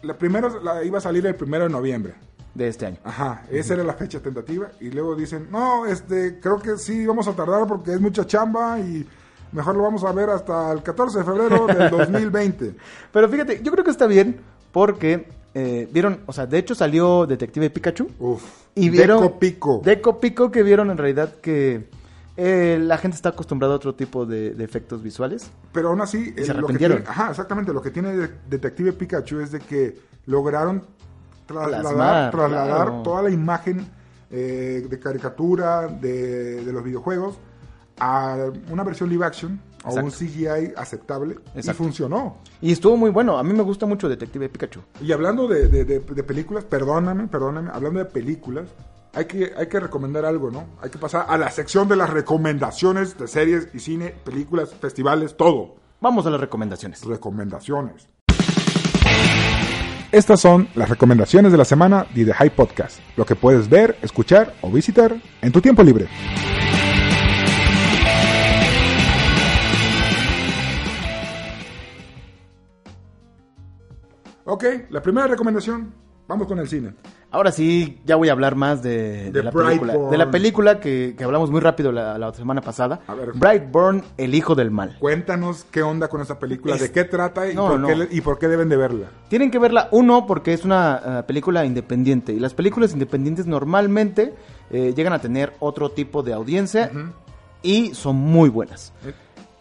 S2: La primero la, iba a salir el primero de noviembre.
S1: De este año.
S2: Ajá, esa era la fecha tentativa. Y luego dicen, no, este, creo que sí vamos a tardar porque es mucha chamba y mejor lo vamos a ver hasta el 14 de febrero del 2020.
S1: Pero fíjate, yo creo que está bien porque eh, vieron, o sea, de hecho salió Detective Pikachu.
S2: Uf,
S1: Y vieron.
S2: Deco Pico.
S1: Deco Pico que vieron en realidad que eh, la gente está acostumbrada a otro tipo de, de efectos visuales.
S2: Pero aún
S1: se
S2: así, eh, lo que
S1: arrepintieron.
S2: tiene- ajá, exactamente, lo que tiene de- Detective Pikachu es de que lograron trasladar,
S1: Plasmar,
S2: trasladar
S1: claro.
S2: toda la imagen eh, de caricatura de, de los videojuegos a una versión live action, a un
S1: Exacto.
S2: CGI aceptable y
S1: Exacto.
S2: funcionó.
S1: Y estuvo muy bueno. A mí me gusta mucho Detective Pikachu.
S2: Y hablando de, de- de- de películas, perdóname, perdóname, hablando de películas, hay que, hay que recomendar algo, ¿no? Hay que pasar a la sección de las recomendaciones de series y cine, películas, festivales, todo.
S1: Vamos a las recomendaciones.
S2: Recomendaciones. Estas son las recomendaciones de la semana de The High Podcast, lo que puedes ver, escuchar o visitar en tu tiempo libre. Ok, la primera recomendación, vamos con el cine.
S1: Ahora sí, ya voy a hablar más de, de
S2: De
S1: la película.
S2: Brightburn.
S1: De la película que, que hablamos muy rápido la, la semana pasada.
S2: A ver.
S1: Brightburn, el hijo del mal.
S2: Cuéntanos qué onda con esta película,
S1: Es-
S2: de qué trata y,
S1: No,
S2: por,
S1: no.
S2: Qué le- y por qué deben de verla.
S1: Tienen que verla, uno, porque es una eh, película independiente. Y las películas independientes normalmente eh, llegan a tener otro tipo de audiencia y son muy buenas.
S2: Eh.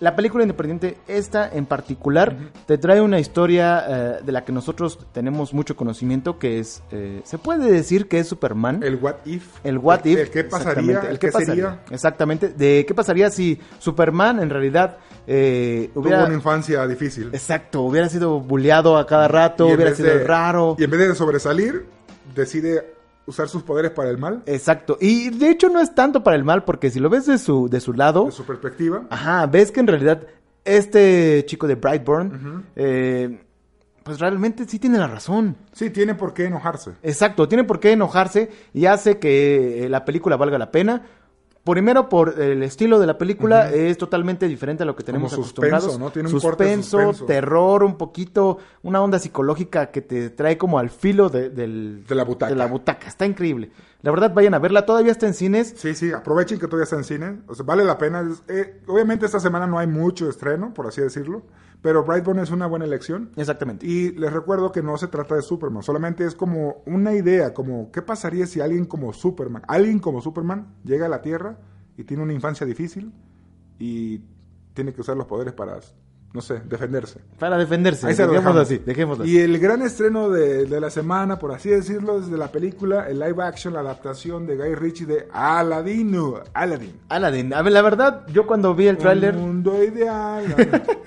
S1: La película independiente, esta en particular, te trae una historia eh, de la que nosotros tenemos mucho conocimiento, que es, eh, se puede decir que es Superman.
S2: El what if.
S1: ¿Eh? El what if.
S2: El qué pasaría,
S1: exactamente,
S2: el,
S1: qué
S2: qué
S1: pasaría.
S2: sería.
S1: Exactamente. De qué pasaría si Superman en realidad eh,
S2: Tuvo
S1: hubiera.
S2: una infancia difícil.
S1: Exacto, hubiera sido bulleado a cada rato,
S2: Y en
S1: hubiera
S2: vez
S1: sido
S2: de-
S1: raro.
S2: Y en vez de sobresalir, decide usar sus poderes para el mal,
S1: Exacto. Y de hecho no es tanto para el mal, porque si lo ves de su, de su lado,
S2: de su perspectiva.
S1: ajá, ves que en realidad este chico de Brightburn, eh, pues realmente sí tiene la razón.
S2: Sí, tiene por qué enojarse.
S1: Exacto, tiene por qué enojarse y hace que eh, la película valga la pena. Primero, por el estilo de la película, es totalmente diferente a lo que tenemos
S2: Como suspenso,
S1: acostumbrados.
S2: ¿no? Tiene un corte de
S1: suspenso,
S2: suspenso.
S1: terror, un poquito, una onda psicológica que te trae como al filo de, del-
S2: De la butaca.
S1: de la butaca. Está increíble. La verdad, vayan a verla. Todavía está en cines.
S2: Sí, sí, aprovechen que todavía está en cine. O sea, vale la pena. Es- eh, obviamente esta semana no hay mucho estreno, por así decirlo. Pero Brightburn es una buena elección.
S1: Exactamente.
S2: Y les recuerdo que no se trata de Superman, solamente es como una idea, como qué pasaría si alguien como Superman, alguien como Superman llega a la Tierra y tiene una infancia difícil y tiene que usar los poderes para no sé, defenderse.
S1: Para defenderse,
S2: Ahí se lo
S1: dejémoslo
S2: dejamos.
S1: así, dejémoslo así.
S2: Y el gran estreno de, de la semana, por así decirlo, es de la película, el live action, la adaptación de Guy Ritchie de Aladino. Aladdin.
S1: Aladdin, a ver, la verdad, yo cuando vi el tráiler,
S2: Un mundo ideal.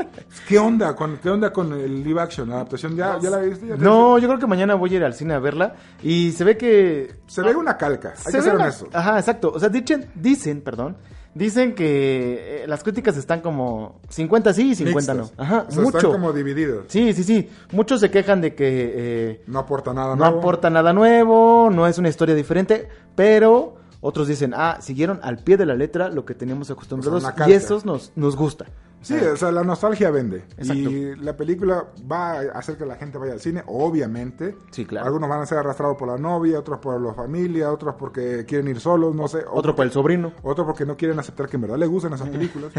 S2: ¿Qué onda con qué onda con el live action, la adaptación? ¿Ya, ya la viste? ¿Ya te-
S1: no, yo creo que mañana voy a ir al cine a verla y se ve que
S2: Se ve una calca,
S1: Se
S2: hay que
S1: ve Ah,
S2: ser
S1: la-
S2: honesto.
S1: Ajá, exacto. O sea, dicen, dicen, perdón, dicen que eh, las críticas están como 50 sí y 50
S2: Mixtas.
S1: no. Ajá,
S2: O sea,
S1: mucho.
S2: Están como divididos.
S1: Sí, sí, sí. Muchos se quejan de que eh,
S2: No aporta nada
S1: no
S2: nuevo.
S1: aporta nada nuevo, no es una historia diferente, pero otros dicen, ah, siguieron al pie de la letra lo que teníamos acostumbrados
S2: la carta.
S1: y esos nos, nos gusta.
S2: Sí, o sea, la nostalgia vende.
S1: Exacto.
S2: Y la película va a hacer que la gente vaya al cine, obviamente.
S1: Sí, claro.
S2: Algunos van a ser arrastrados por la novia, otros por la familia, otros porque quieren ir solos, no sé.
S1: Otro para el sobrino.
S2: Otro porque no quieren aceptar que en verdad les gustan esas películas.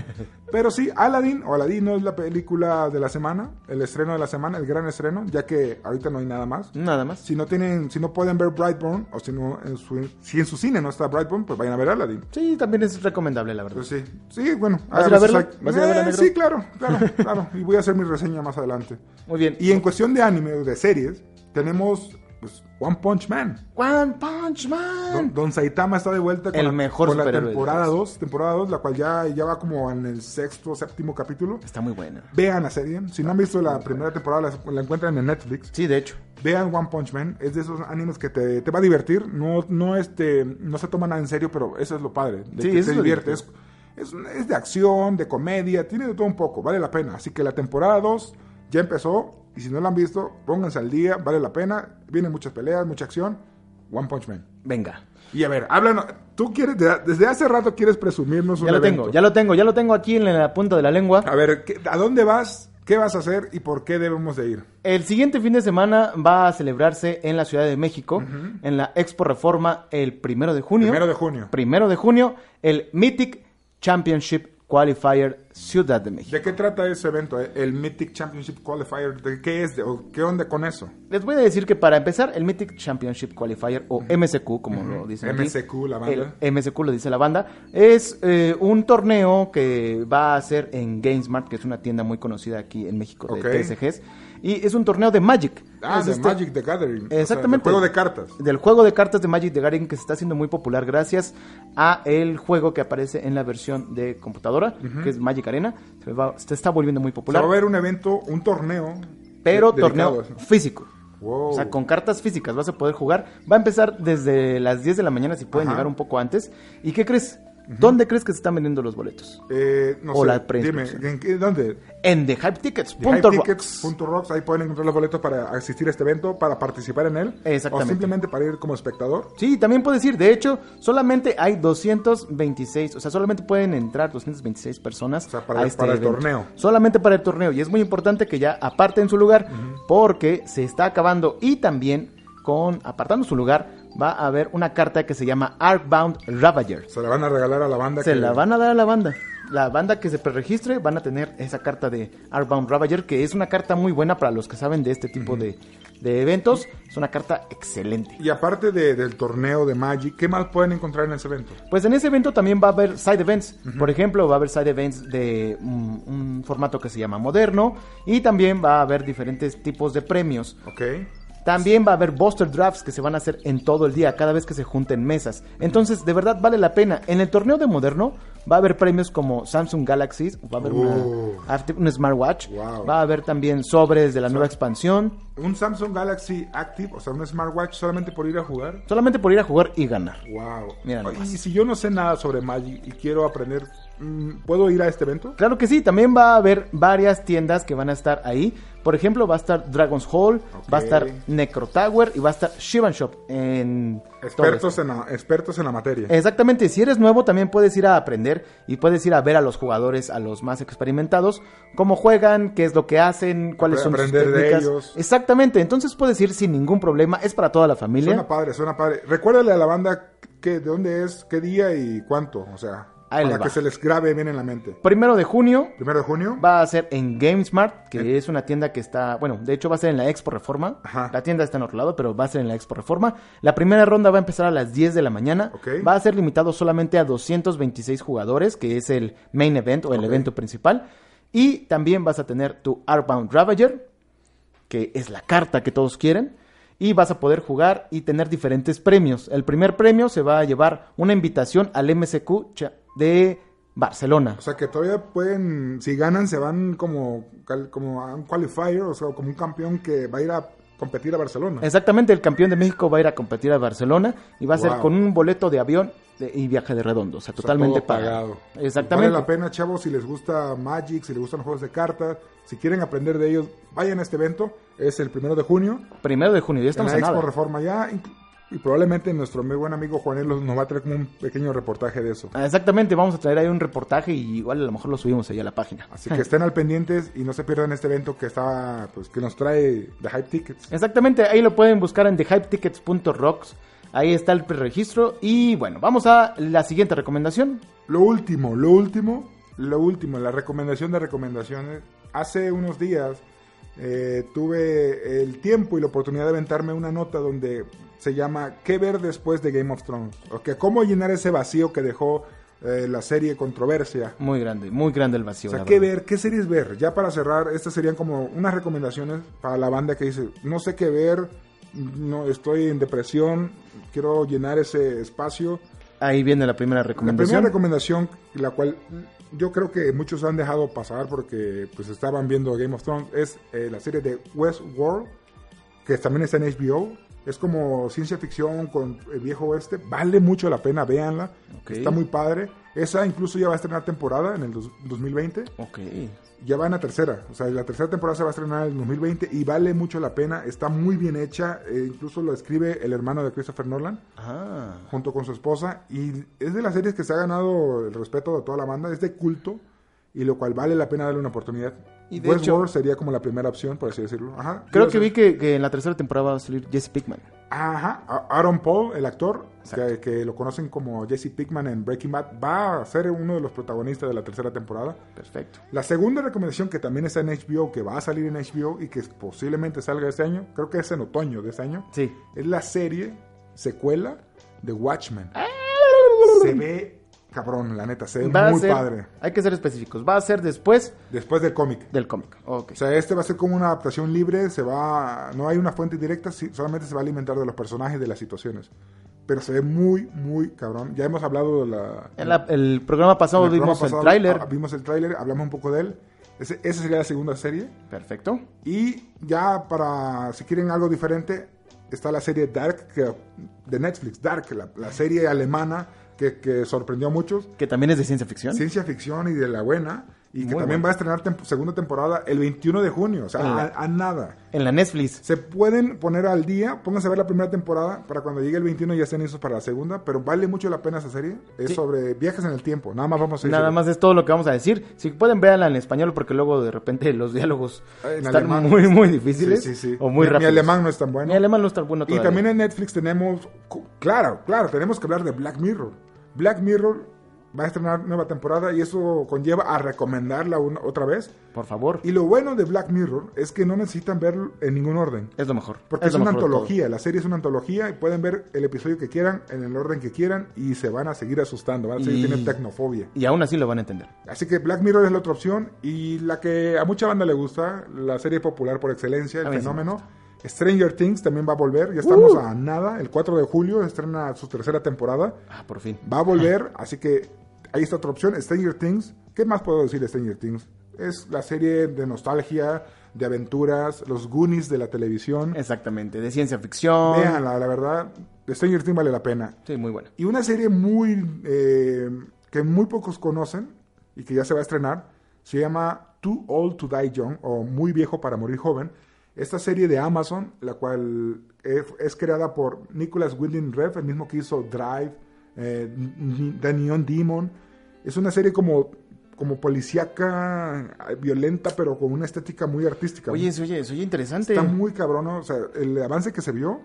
S2: Pero sí, Aladdin o Aladino es la película de la semana, el estreno de la semana, el gran estreno, ya que ahorita no hay nada más.
S1: Nada más.
S2: Si no tienen, si no pueden ver Brightburn, o si no en su, si en su cine no está Brightburn, pues vayan a ver Aladdin.
S1: Sí, también es recomendable, la verdad.
S2: Pues sí, sí, bueno.
S1: ¿Vas a ir a
S2: veces
S1: verla?
S2: hay-
S1: ¿Vas a ir a verla,
S2: Eh,
S1: negro?
S2: Sí, claro, claro, claro. Y voy a hacer mi reseña más adelante.
S1: Muy bien.
S2: Y en cuestión de anime o de series, tenemos pues, One Punch Man.
S1: One Punch Man.
S2: Don, Don Saitama está de vuelta con
S1: El
S2: la,
S1: mejor
S2: con la
S1: superhéroe de
S2: temporada
S1: todos.
S2: 2, temporada 2, la cual ya, ya va como en el sexto, séptimo capítulo.
S1: Está muy buena.
S2: Vean la serie. Si no han visto la primera temporada, la, la encuentran en Netflix.
S1: Sí, de hecho.
S2: Vean One Punch Man. Es de esos animes que te, te va a divertir. No, no, este, no se toma nada en serio, pero eso es lo padre. De
S1: Sí,
S2: que
S1: eso
S2: te
S1: es lo
S2: divierte. Es, es, un- es de acción, de comedia, tiene de todo un poco. Vale la pena. Así que la temporada 2 ya empezó. Y si no la han visto, pónganse al día. Vale la pena. Vienen muchas peleas, mucha acción. One Punch Man.
S1: Venga.
S2: Y a ver, háblanos. Tú quieres, de- desde hace rato quieres presumirnos un
S1: Ya lo
S2: evento. Ah.
S1: tengo, ya lo tengo, ya lo tengo aquí en la punta de la lengua.
S2: A ver, ¿qué- ¿a dónde vas? ¿Qué vas a hacer? ¿Y por qué debemos de ir?
S1: El siguiente fin de semana va a celebrarse en la Ciudad de México, en la Expo Reforma, el primero de junio.
S2: Primero de junio.
S1: Primero de junio, el Mythic Championship Qualifier Ciudad de México.
S2: ¿De qué trata ese evento? eh? El Mythic Championship Qualifier. ¿De qué es? de- o ¿Qué onda con eso?
S1: Les voy a decir que para empezar, el Mythic Championship Qualifier, o MCQ, como lo dicen aquí.
S2: MCQ, la banda.
S1: El MCQ lo dice la banda. Es eh, un torneo que va a ser en GameSmart, que es una tienda muy conocida aquí en México de
S2: Ok.
S1: TSGs. Y es un torneo de Magic.
S2: Ah,
S1: Es
S2: de
S1: este-
S2: Magic the Gathering. o sea, de
S1: Exactamente.
S2: juego de cartas.
S1: Del juego de cartas de Magic the Gathering que se está haciendo muy popular gracias a el juego que aparece en la versión de computadora, que es Magic Arena. Se, va- se está volviendo muy
S2: O sea,
S1: popular,
S2: va a haber un evento, un torneo.
S1: pero
S2: de- Oh.
S1: torneo
S2: dedicado a eso.
S1: físico.
S2: Wow.
S1: O sea, con cartas físicas vas a poder jugar. Va a empezar desde las 10 de la mañana si pueden
S2: Ajá.
S1: llegar un poco antes. ¿Y qué crees? ¿Dónde crees que se están vendiendo los boletos?
S2: Eh, no
S1: o
S2: sé,
S1: la
S2: dime,
S1: preinscripción.
S2: ¿en qué- ¿dónde?
S1: En
S2: Tickets.
S1: thehypetickets.rocks.
S2: Punto rocks, ahí pueden encontrar los boletos para asistir a este evento, para participar en él.
S1: Exactamente.
S2: O simplemente para ir como espectador.
S1: Sí, también puedes ir. De hecho, solamente hay 226, o sea, solamente pueden entrar 226 personas
S2: O sea, para-
S1: a este
S2: para el
S1: evento.
S2: torneo.
S1: Solamente para el torneo. Y es muy importante que ya aparten su lugar porque se está acabando. Y también, con apartando su lugar, va a haber una carta que se llama Arcbound Ravager.
S2: Se la van a regalar a la banda.
S1: Se
S2: que-
S1: la van a dar a la banda. La banda que se preregistre van a tener esa carta de Artbound Ravager, que es una carta muy buena para los que saben de este tipo de, de eventos. Es una carta excelente.
S2: Y aparte de- del torneo de Magic, ¿qué más pueden encontrar en ese evento?
S1: Pues en ese evento también va a haber side events. Por ejemplo, va a haber side events de un, un formato que se llama moderno. Y también va a haber diferentes tipos de premios.
S2: Ok.
S1: También va a haber booster drafts que se van a hacer en todo el día, cada vez que se junten mesas. Entonces, de verdad vale la pena. En el torneo de moderno va a haber premios como Samsung Galaxy, va a haber una-
S2: Oh.
S1: aft- un smartwatch,
S2: Wow.
S1: va a haber también sobres de la nueva expansión,
S2: Un Samsung Galaxy Active, o sea, un smartwatch solamente por ir a jugar.
S1: solamente por ir a jugar y ganar.
S2: Wow.
S1: Mira nomás.
S2: y si yo no sé nada sobre Magic y quiero aprender, mm, ¿puedo ir a este evento?
S1: Claro que sí, también va a haber varias tiendas que van a estar ahí. Por ejemplo, va a estar Dragon's Hall,
S2: Ok.
S1: va a estar Necro Tower y va a estar Shivan Shop en Torres.
S2: Expertos en, la, expertos en la materia.
S1: Exactamente, si eres nuevo también puedes ir a aprender y puedes ir a ver a los jugadores, a los más experimentados, cómo juegan, qué es lo que hacen, cuáles son sus
S2: Aprender de
S1: técnicas.
S2: ellos.
S1: Exactamente, entonces puedes ir sin ningún problema, es para toda la familia.
S2: Suena padre, suena padre. Recuérdale a la banda que, de dónde es, qué día y cuánto. O sea,
S1: Ahí
S2: para
S1: les va.
S2: que se les grabe bien en la mente.
S1: Primero de junio
S2: Primero de junio.
S1: va a ser en GameSmart, que es una tienda que está, bueno, de hecho va a ser en la Expo Reforma.
S2: Eh. Ajá.
S1: La tienda está en otro lado, pero va a ser en la Expo Reforma. La primera ronda va a empezar a las 10 de la mañana.
S2: Ok.
S1: Va a ser limitado solamente a 226 jugadores, que es el main event o el evento principal. Y también vas a tener tu Artbound Ravager, que es la carta que todos quieren. Y vas a poder jugar y tener diferentes premios. El primer premio se va a llevar una invitación al MSQ cha- de Barcelona.
S2: O sea que todavía pueden, si ganan, se van como, cal- como a un qualifier, o sea, como un campeón que va a ir a competir a Barcelona.
S1: Exactamente, el campeón de México va a ir a competir a Barcelona y va a ser
S2: Wow.
S1: con un boleto de avión de- y viaje de redondo, o sea,
S2: O sea,
S1: totalmente
S2: todo
S1: pagado.
S2: Vale la
S1: Exactamente.
S2: pena, chavos, si les gusta Magic, si les gustan los juegos de cartas, si quieren aprender de ellos, vayan a este evento. Es el primero de junio.
S1: Primero de junio, ya estamos
S2: en
S1: en
S2: la Expo
S1: nada.
S2: Reforma ya. inc- Y probablemente nuestro muy buen amigo Juanelo nos va a traer como un pequeño reportaje de eso.
S1: Ah, Exactamente, vamos a traer ahí un reportaje y igual a lo mejor lo subimos ahí a la página.
S2: Así que estén al pendientes y no se pierdan este evento que está, pues, que nos trae The Hype Tickets.
S1: Exactamente, ahí lo pueden buscar en thehypetickets.rocks. Ahí está el preregistro. Y bueno, vamos a la siguiente recomendación.
S2: Lo último, lo último, lo último, la recomendación de recomendaciones. Hace unos días eh, tuve el tiempo y la oportunidad de aventarme una nota donde se llama ¿Qué ver después de Game of Thrones? O que cómo llenar ese vacío que dejó eh, la serie Controversia.
S1: Muy grande, muy grande el vacío.
S2: O sea,
S1: la
S2: ¿qué
S1: verdad.
S2: ver? ¿Qué series ver? Ya para cerrar, estas serían como unas recomendaciones para la banda que dice, no sé qué ver, no estoy en depresión, quiero llenar ese espacio.
S1: Ahí viene la primera
S2: La primera
S1: recomendación.
S2: recomendación, la cual mm, yo creo que muchos han dejado pasar porque pues estaban viendo Game of Thrones, es eh, la serie de Westworld, que también está en HBO. Es como ciencia ficción con el viejo oeste. Vale mucho la pena, véanla.
S1: Ok.
S2: Está muy padre. Esa incluso ya va a estrenar temporada en el dos- 2020
S1: Ok.
S2: ya va en la tercera. O sea, la tercera temporada se va a estrenar en el 2020 y vale mucho la pena. Está muy bien hecha. eh, incluso lo escribe el hermano de Christopher Nolan
S1: Ah,
S2: junto con su esposa. Y es de las series que se ha ganado el respeto de toda la banda. Es de culto y lo cual vale la pena darle una oportunidad.
S1: Y de
S2: Westworld
S1: hecho-
S2: sería como la primera opción, por así decirlo. Ajá.
S1: creo
S2: Ibas
S1: que
S2: a-
S1: vi que, que en la tercera temporada va a salir Jesse Pickman.
S2: Ajá. A- Aaron Paul, el actor, que, que lo conocen como Jesse Pickman en Breaking Bad, va a ser uno de los protagonistas de la tercera temporada.
S1: Perfecto.
S2: La segunda recomendación que también está en HBO, que va a salir en HBO y que posiblemente salga este año, creo que es en otoño de este año,
S1: Sí.
S2: es la serie secuela de Watchmen.
S1: Ah.
S2: Se ve cabrón, la neta, se ve
S1: Va a
S2: muy
S1: ser-
S2: padre.
S1: Hay que ser específicos. Va a ser después
S2: Después del cómic.
S1: del cómic. Ok.
S2: O sea, este va a ser como una adaptación libre, se va, no hay una fuente directa, sí, solamente se va a alimentar de los personajes y de las situaciones. Pero se ve muy, muy cabrón. Ya hemos hablado de la...
S1: En la- el programa pasado
S2: en el
S1: vimos
S2: programa pasado,
S1: el tráiler.
S2: ah, Vimos el tráiler, hablamos un poco de él. Ese- esa sería la segunda serie.
S1: Perfecto.
S2: Y ya para, si quieren algo diferente, está la serie Dark que- de Netflix, Dark, la, la serie alemana que, que sorprendió a muchos.
S1: Que también es de ciencia ficción.
S2: Ciencia ficción y de la buena. Y que
S1: Muy
S2: también
S1: buena.
S2: va a estrenar tem- segunda temporada el 21 de junio, o sea, a,
S1: Ah.
S2: a nada.
S1: En la Netflix.
S2: Se pueden poner al día, pónganse a ver la primera temporada para cuando llegue el 21 ya estén listos para la segunda, pero vale mucho la pena esa serie. Es
S1: Sí.
S2: sobre viajes en el tiempo, nada más vamos a
S1: Nada
S2: decirlo.
S1: más es todo lo que vamos a decir. Si pueden, véanla en español porque luego de repente los diálogos
S2: Ah, en
S1: están
S2: alemán.
S1: muy, muy
S2: Sí,
S1: difíciles.
S2: sí, sí.
S1: O muy
S2: Mi- mi,
S1: rápidos.
S2: alemán no es tan bueno.
S1: Mi alemán no está bueno
S2: Y
S1: todavía.
S2: también en Netflix tenemos, cu- claro, claro, tenemos que hablar de Black Mirror. Black Mirror va a estrenar nueva temporada y eso conlleva a recomendarla una- otra vez.
S1: Por favor.
S2: Y lo bueno de Black Mirror es que no necesitan verlo en ningún orden.
S1: Es lo mejor.
S2: Porque es,
S1: lo
S2: una
S1: mejor de todo.
S2: antología, la serie es una antología y pueden ver el episodio que quieran, en el orden que quieran y se van a seguir asustando, van a seguir
S1: Y-
S2: teniendo tecnofobia.
S1: Y aún así lo van a entender.
S2: Así que Black Mirror es la otra opción y la que a mucha banda le gusta, la serie popular por excelencia,
S1: A
S2: el
S1: mí sí me
S2: fenómeno. Stranger Things también va a volver, ya estamos
S1: Uh.
S2: a nada, el 4 de julio estrena su tercera temporada,
S1: Ah, por fin.
S2: va a volver, así que ahí está otra opción, Stranger Things. ¿Qué más puedo decir de Stranger Things? Es la serie de nostalgia, de aventuras, los Goonies de la televisión.
S1: Exactamente. De ciencia ficción.
S2: Véanla, la verdad, Stranger Things vale la pena.
S1: Sí, muy buena.
S2: Y una serie muy eh, que muy pocos conocen y que ya se va a estrenar, se llama Too Old to Die Young o Muy Viejo para Morir Joven. Esta serie de Amazon, la cual eh, es creada por Nicholas Winding Refn, el mismo que hizo Drive, eh, N- N- The Neon Demon. Es una serie como, como policíaca, eh, violenta, pero con una estética muy artística.
S1: Oye, se oye, se oye interesante.
S2: Está muy cabrón, ¿no? o sea, el avance que se vio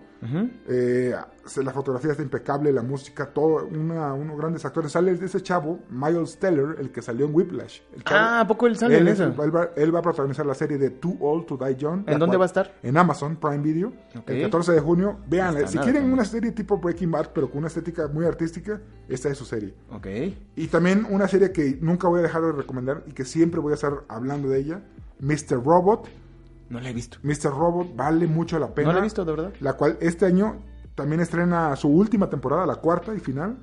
S2: Eh, se- la fotografía está impecable, la música, todo, una- unos grandes actores. Sale de ese chavo, Miles Teller, el que salió en Whiplash. El chavo-
S1: Ah, ¿a poco él sale en
S2: es-
S1: esa?
S2: él va, él va a protagonizar la serie de Too Old to Die John. la
S1: ¿En dónde
S2: cual-
S1: va a estar?
S2: En Amazon Prime Video,
S1: Ok.
S2: el 14 de junio. Vean,
S1: está
S2: si
S1: nada
S2: quieren
S1: también.
S2: una serie tipo Breaking Bad, pero con una estética muy artística, esta es su serie.
S1: Ok.
S2: Y también una serie que nunca voy a dejar de recomendar y que siempre voy a estar hablando de ella, Mr. Robot.
S1: No la he visto.
S2: Mr. Robot vale mucho la pena.
S1: No la he visto, de verdad.
S2: La cual este año también estrena su última temporada, la cuarta y final.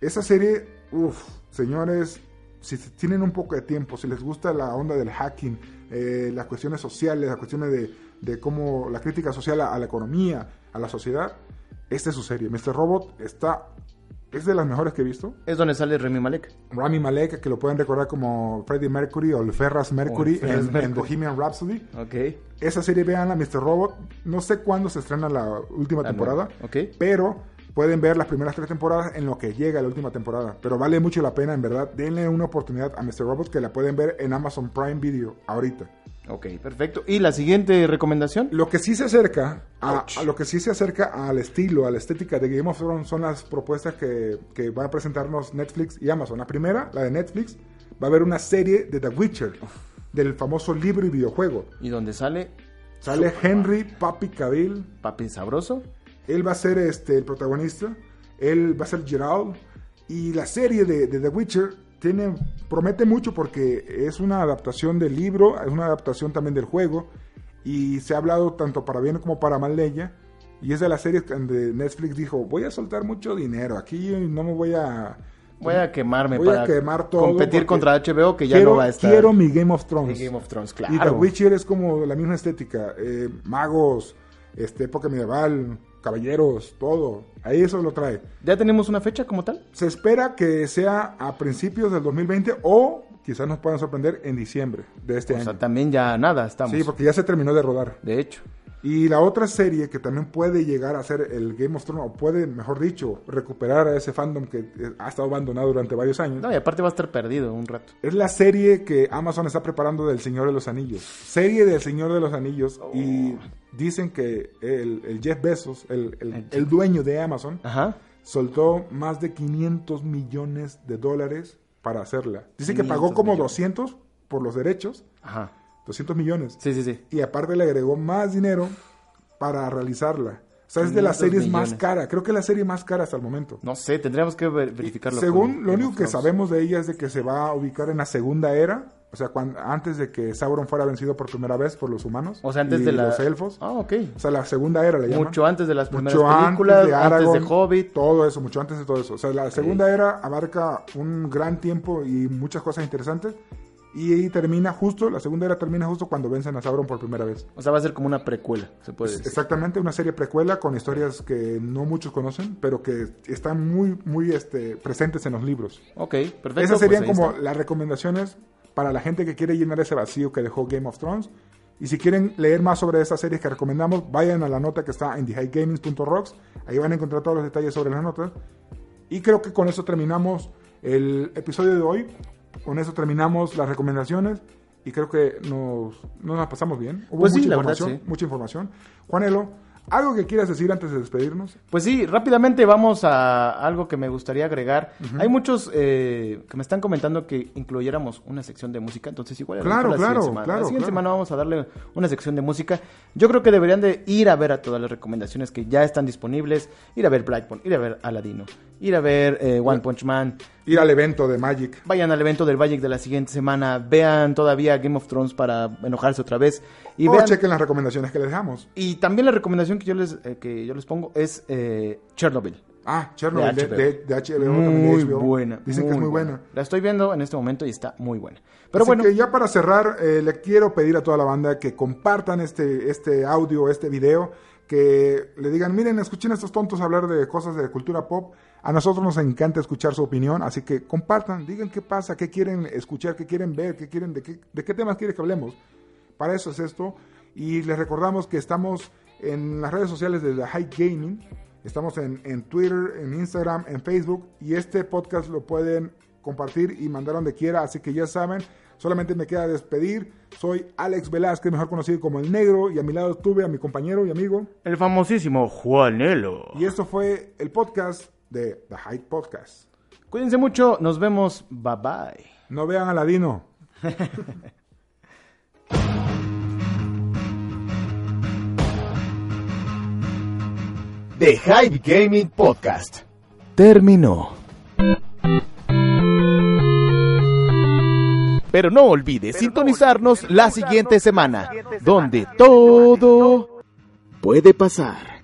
S2: Esa serie, uff, señores, si se- tienen un poco de tiempo, si les gusta la onda del hacking, eh, las cuestiones sociales, las cuestiones de, de cómo la crítica social a, a la economía, a la sociedad, esta es su serie. Mr. Robot está, es de las mejores que he visto.
S1: Es donde sale Remy Malek.
S2: Rami Malek, que lo pueden recordar como Freddie Mercury o el Ferras Mercury,
S1: Ferras
S2: en- en
S1: Mercury.
S2: Bohemian Rhapsody.
S1: Ok.
S2: Esa serie, véanla, Mr. Robot. No sé cuándo se estrena la última
S1: La
S2: temporada,
S1: nueva, ok.
S2: pero pueden ver las primeras tres temporadas en lo que llega la última temporada. Pero vale mucho la pena, en verdad. Denle una oportunidad a Mr. Robot que la pueden ver en Amazon Prime Video ahorita.
S1: Ok, perfecto. ¿Y la siguiente recomendación?
S2: Lo que sí se acerca a,
S1: Ouch.
S2: a lo que sí se acerca al estilo, a la estética de Game of Thrones son las propuestas que, que van a presentarnos Netflix y Amazon. La primera, la de Netflix, va a haber una serie de The Witcher, del famoso libro y videojuego.
S1: ¿Y donde sale
S2: Sale Henry Papi Cavill,
S1: Papi Sabroso?
S2: Él va a ser este, el protagonista. Él va a ser Gerald. Y la serie de, de The Witcher tiene, promete mucho porque es una adaptación del libro, es una adaptación también del juego. Y se ha hablado tanto para bien como para mal de ella. Y es de las series donde Netflix dijo, voy a soltar mucho dinero. Aquí no me voy a...
S1: Voy a quemarme
S2: Voy a
S1: para
S2: quemar todo
S1: competir
S2: porque
S1: contra HBO que ya
S2: quiero,
S1: no va a estar.
S2: Quiero mi Game of Thrones.
S1: en Game of Thrones,
S2: Y The
S1: claro.
S2: Witcher es como la misma estética. eh, magos, este, época medieval, caballeros, todo. Ahí eso lo trae.
S1: ¿Ya tenemos una fecha como tal?
S2: Se espera que sea a principios del 2020 o quizás nos puedan sorprender en diciembre de este
S1: O sea,
S2: año.
S1: también ya nada, estamos.
S2: Sí, porque ya se terminó de rodar.
S1: De hecho.
S2: Y la otra serie que también puede llegar a ser el Game of Thrones, o puede, mejor dicho, recuperar a ese fandom que eh, ha estado abandonado durante varios años.
S1: No, y aparte va a estar perdido un rato.
S2: Es la serie que Amazon está preparando del Señor de los Anillos. Serie del Señor de los Anillos.
S1: Oh.
S2: Y dicen que el, el Jeff Bezos, el, el- el dueño de Amazon,
S1: Ajá.
S2: soltó más de 500 millones de dólares para hacerla. Dice que
S1: 500
S2: pagó como
S1: millones.
S2: 200 por los derechos.
S1: Ajá.
S2: 200 millones.
S1: Sí, sí, sí.
S2: Y aparte le agregó más dinero para realizarla. O sea, es de
S1: 500
S2: las series más
S1: millones.
S2: cara. Creo que es la serie más cara hasta el momento.
S1: No sé, tendríamos que ver- verificarlo.
S2: Según
S1: con
S2: lo
S1: Game
S2: único
S1: of
S2: que
S1: Thrones.
S2: sabemos de ella es de que se va a ubicar en la segunda era, o sea, cuan- antes de que Sauron fuera vencido por primera vez por los humanos
S1: O sea, antes
S2: y
S1: de la-
S2: los elfos.
S1: Ah, ok.
S2: O sea, la segunda era le llaman.
S1: Mucho antes de las primeras
S2: Mucho antes
S1: películas, antes de,
S2: Aragorn,
S1: Hobbit.
S2: Todo eso, mucho antes de todo eso. O sea, la segunda era abarca un gran tiempo y muchas cosas interesantes. Y ahí termina justo, la segunda era termina justo cuando vencen a Sauron por primera vez.
S1: O sea, va a ser como una precuela, se
S2: Pues,
S1: puede decir.
S2: Exactamente, una serie precuela con historias que no muchos conocen, pero que están muy, muy este, presentes en los libros.
S1: Ok, perfecto.
S2: Esas serían
S1: pues ahí
S2: como
S1: está.
S2: las recomendaciones para la gente que quiere llenar ese vacío que dejó Game of Thrones. Y si quieren leer más sobre esas series que recomendamos, vayan a la nota que está en thehighgamings.rocks. Ahí van a encontrar todos los detalles sobre las notas. Y creo que con eso terminamos el episodio de hoy. Con eso terminamos las recomendaciones. Y creo que nos, no nos pasamos bien. Hubo
S1: Pues sí,
S2: mucha,
S1: la verdad,
S2: información,
S1: sí.
S2: mucha información. Juanelo, ¿algo que quieras decir antes de despedirnos?
S1: Pues sí, rápidamente vamos a algo que me gustaría agregar. Hay muchos eh, que me están comentando que incluyéramos una sección de música, entonces igual a lo
S2: Claro,
S1: mejor la
S2: claro,
S1: siguiente semana.
S2: claro,
S1: la siguiente
S2: claro.
S1: semana vamos a darle una sección de música. Yo creo que deberían de ir a ver a todas las recomendaciones que ya están disponibles, ir a ver Blackbone, ir a ver Aladino, ir a ver eh, One Punch Man,
S2: Ir al evento de Magic.
S1: Vayan al evento del Valle de la siguiente semana, vean todavía Game of Thrones para enojarse otra vez y
S2: o
S1: vean-
S2: chequen las recomendaciones que les dejamos.
S1: y también la recomendación que yo les eh, que yo les pongo es eh, Chernobyl.
S2: Ah, Chernobyl de,
S1: De HBO.
S2: de- de HBO. también
S1: Muy
S2: de HBO.
S1: buena.
S2: Dicen que es muy buena.
S1: La estoy viendo en este momento y está muy buena. Pero
S2: Así
S1: bueno,
S2: que ya para cerrar, eh, le quiero pedir a toda la banda que compartan este, este audio, este video, que le digan, miren, escuchen a estos tontos hablar de cosas de cultura pop. A nosotros nos encanta escuchar su opinión, así que compartan, digan qué pasa, qué quieren escuchar, qué quieren ver, qué quieren, de qué, de qué temas quieren que hablemos. Para eso es esto. Y les recordamos que estamos en las redes sociales de The High Gaming. Estamos en, en Twitter, en Instagram, en Facebook. Y este podcast lo pueden compartir y mandar donde quiera. Así que ya saben, Solamente me queda despedir. Soy Alex Velázquez, mejor conocido como El Negro, y a mi lado estuve a mi compañero y amigo.
S4: El famosísimo Juanelo.
S2: Y esto fue el podcast de The Hyde Podcast.
S1: Cuídense mucho, nos vemos, bye bye.
S2: No vean a Ladino.
S5: The Hype Gaming Podcast.
S1: Terminó. Pero no olvides sintonizarnos la siguiente semana, donde todo puede pasar.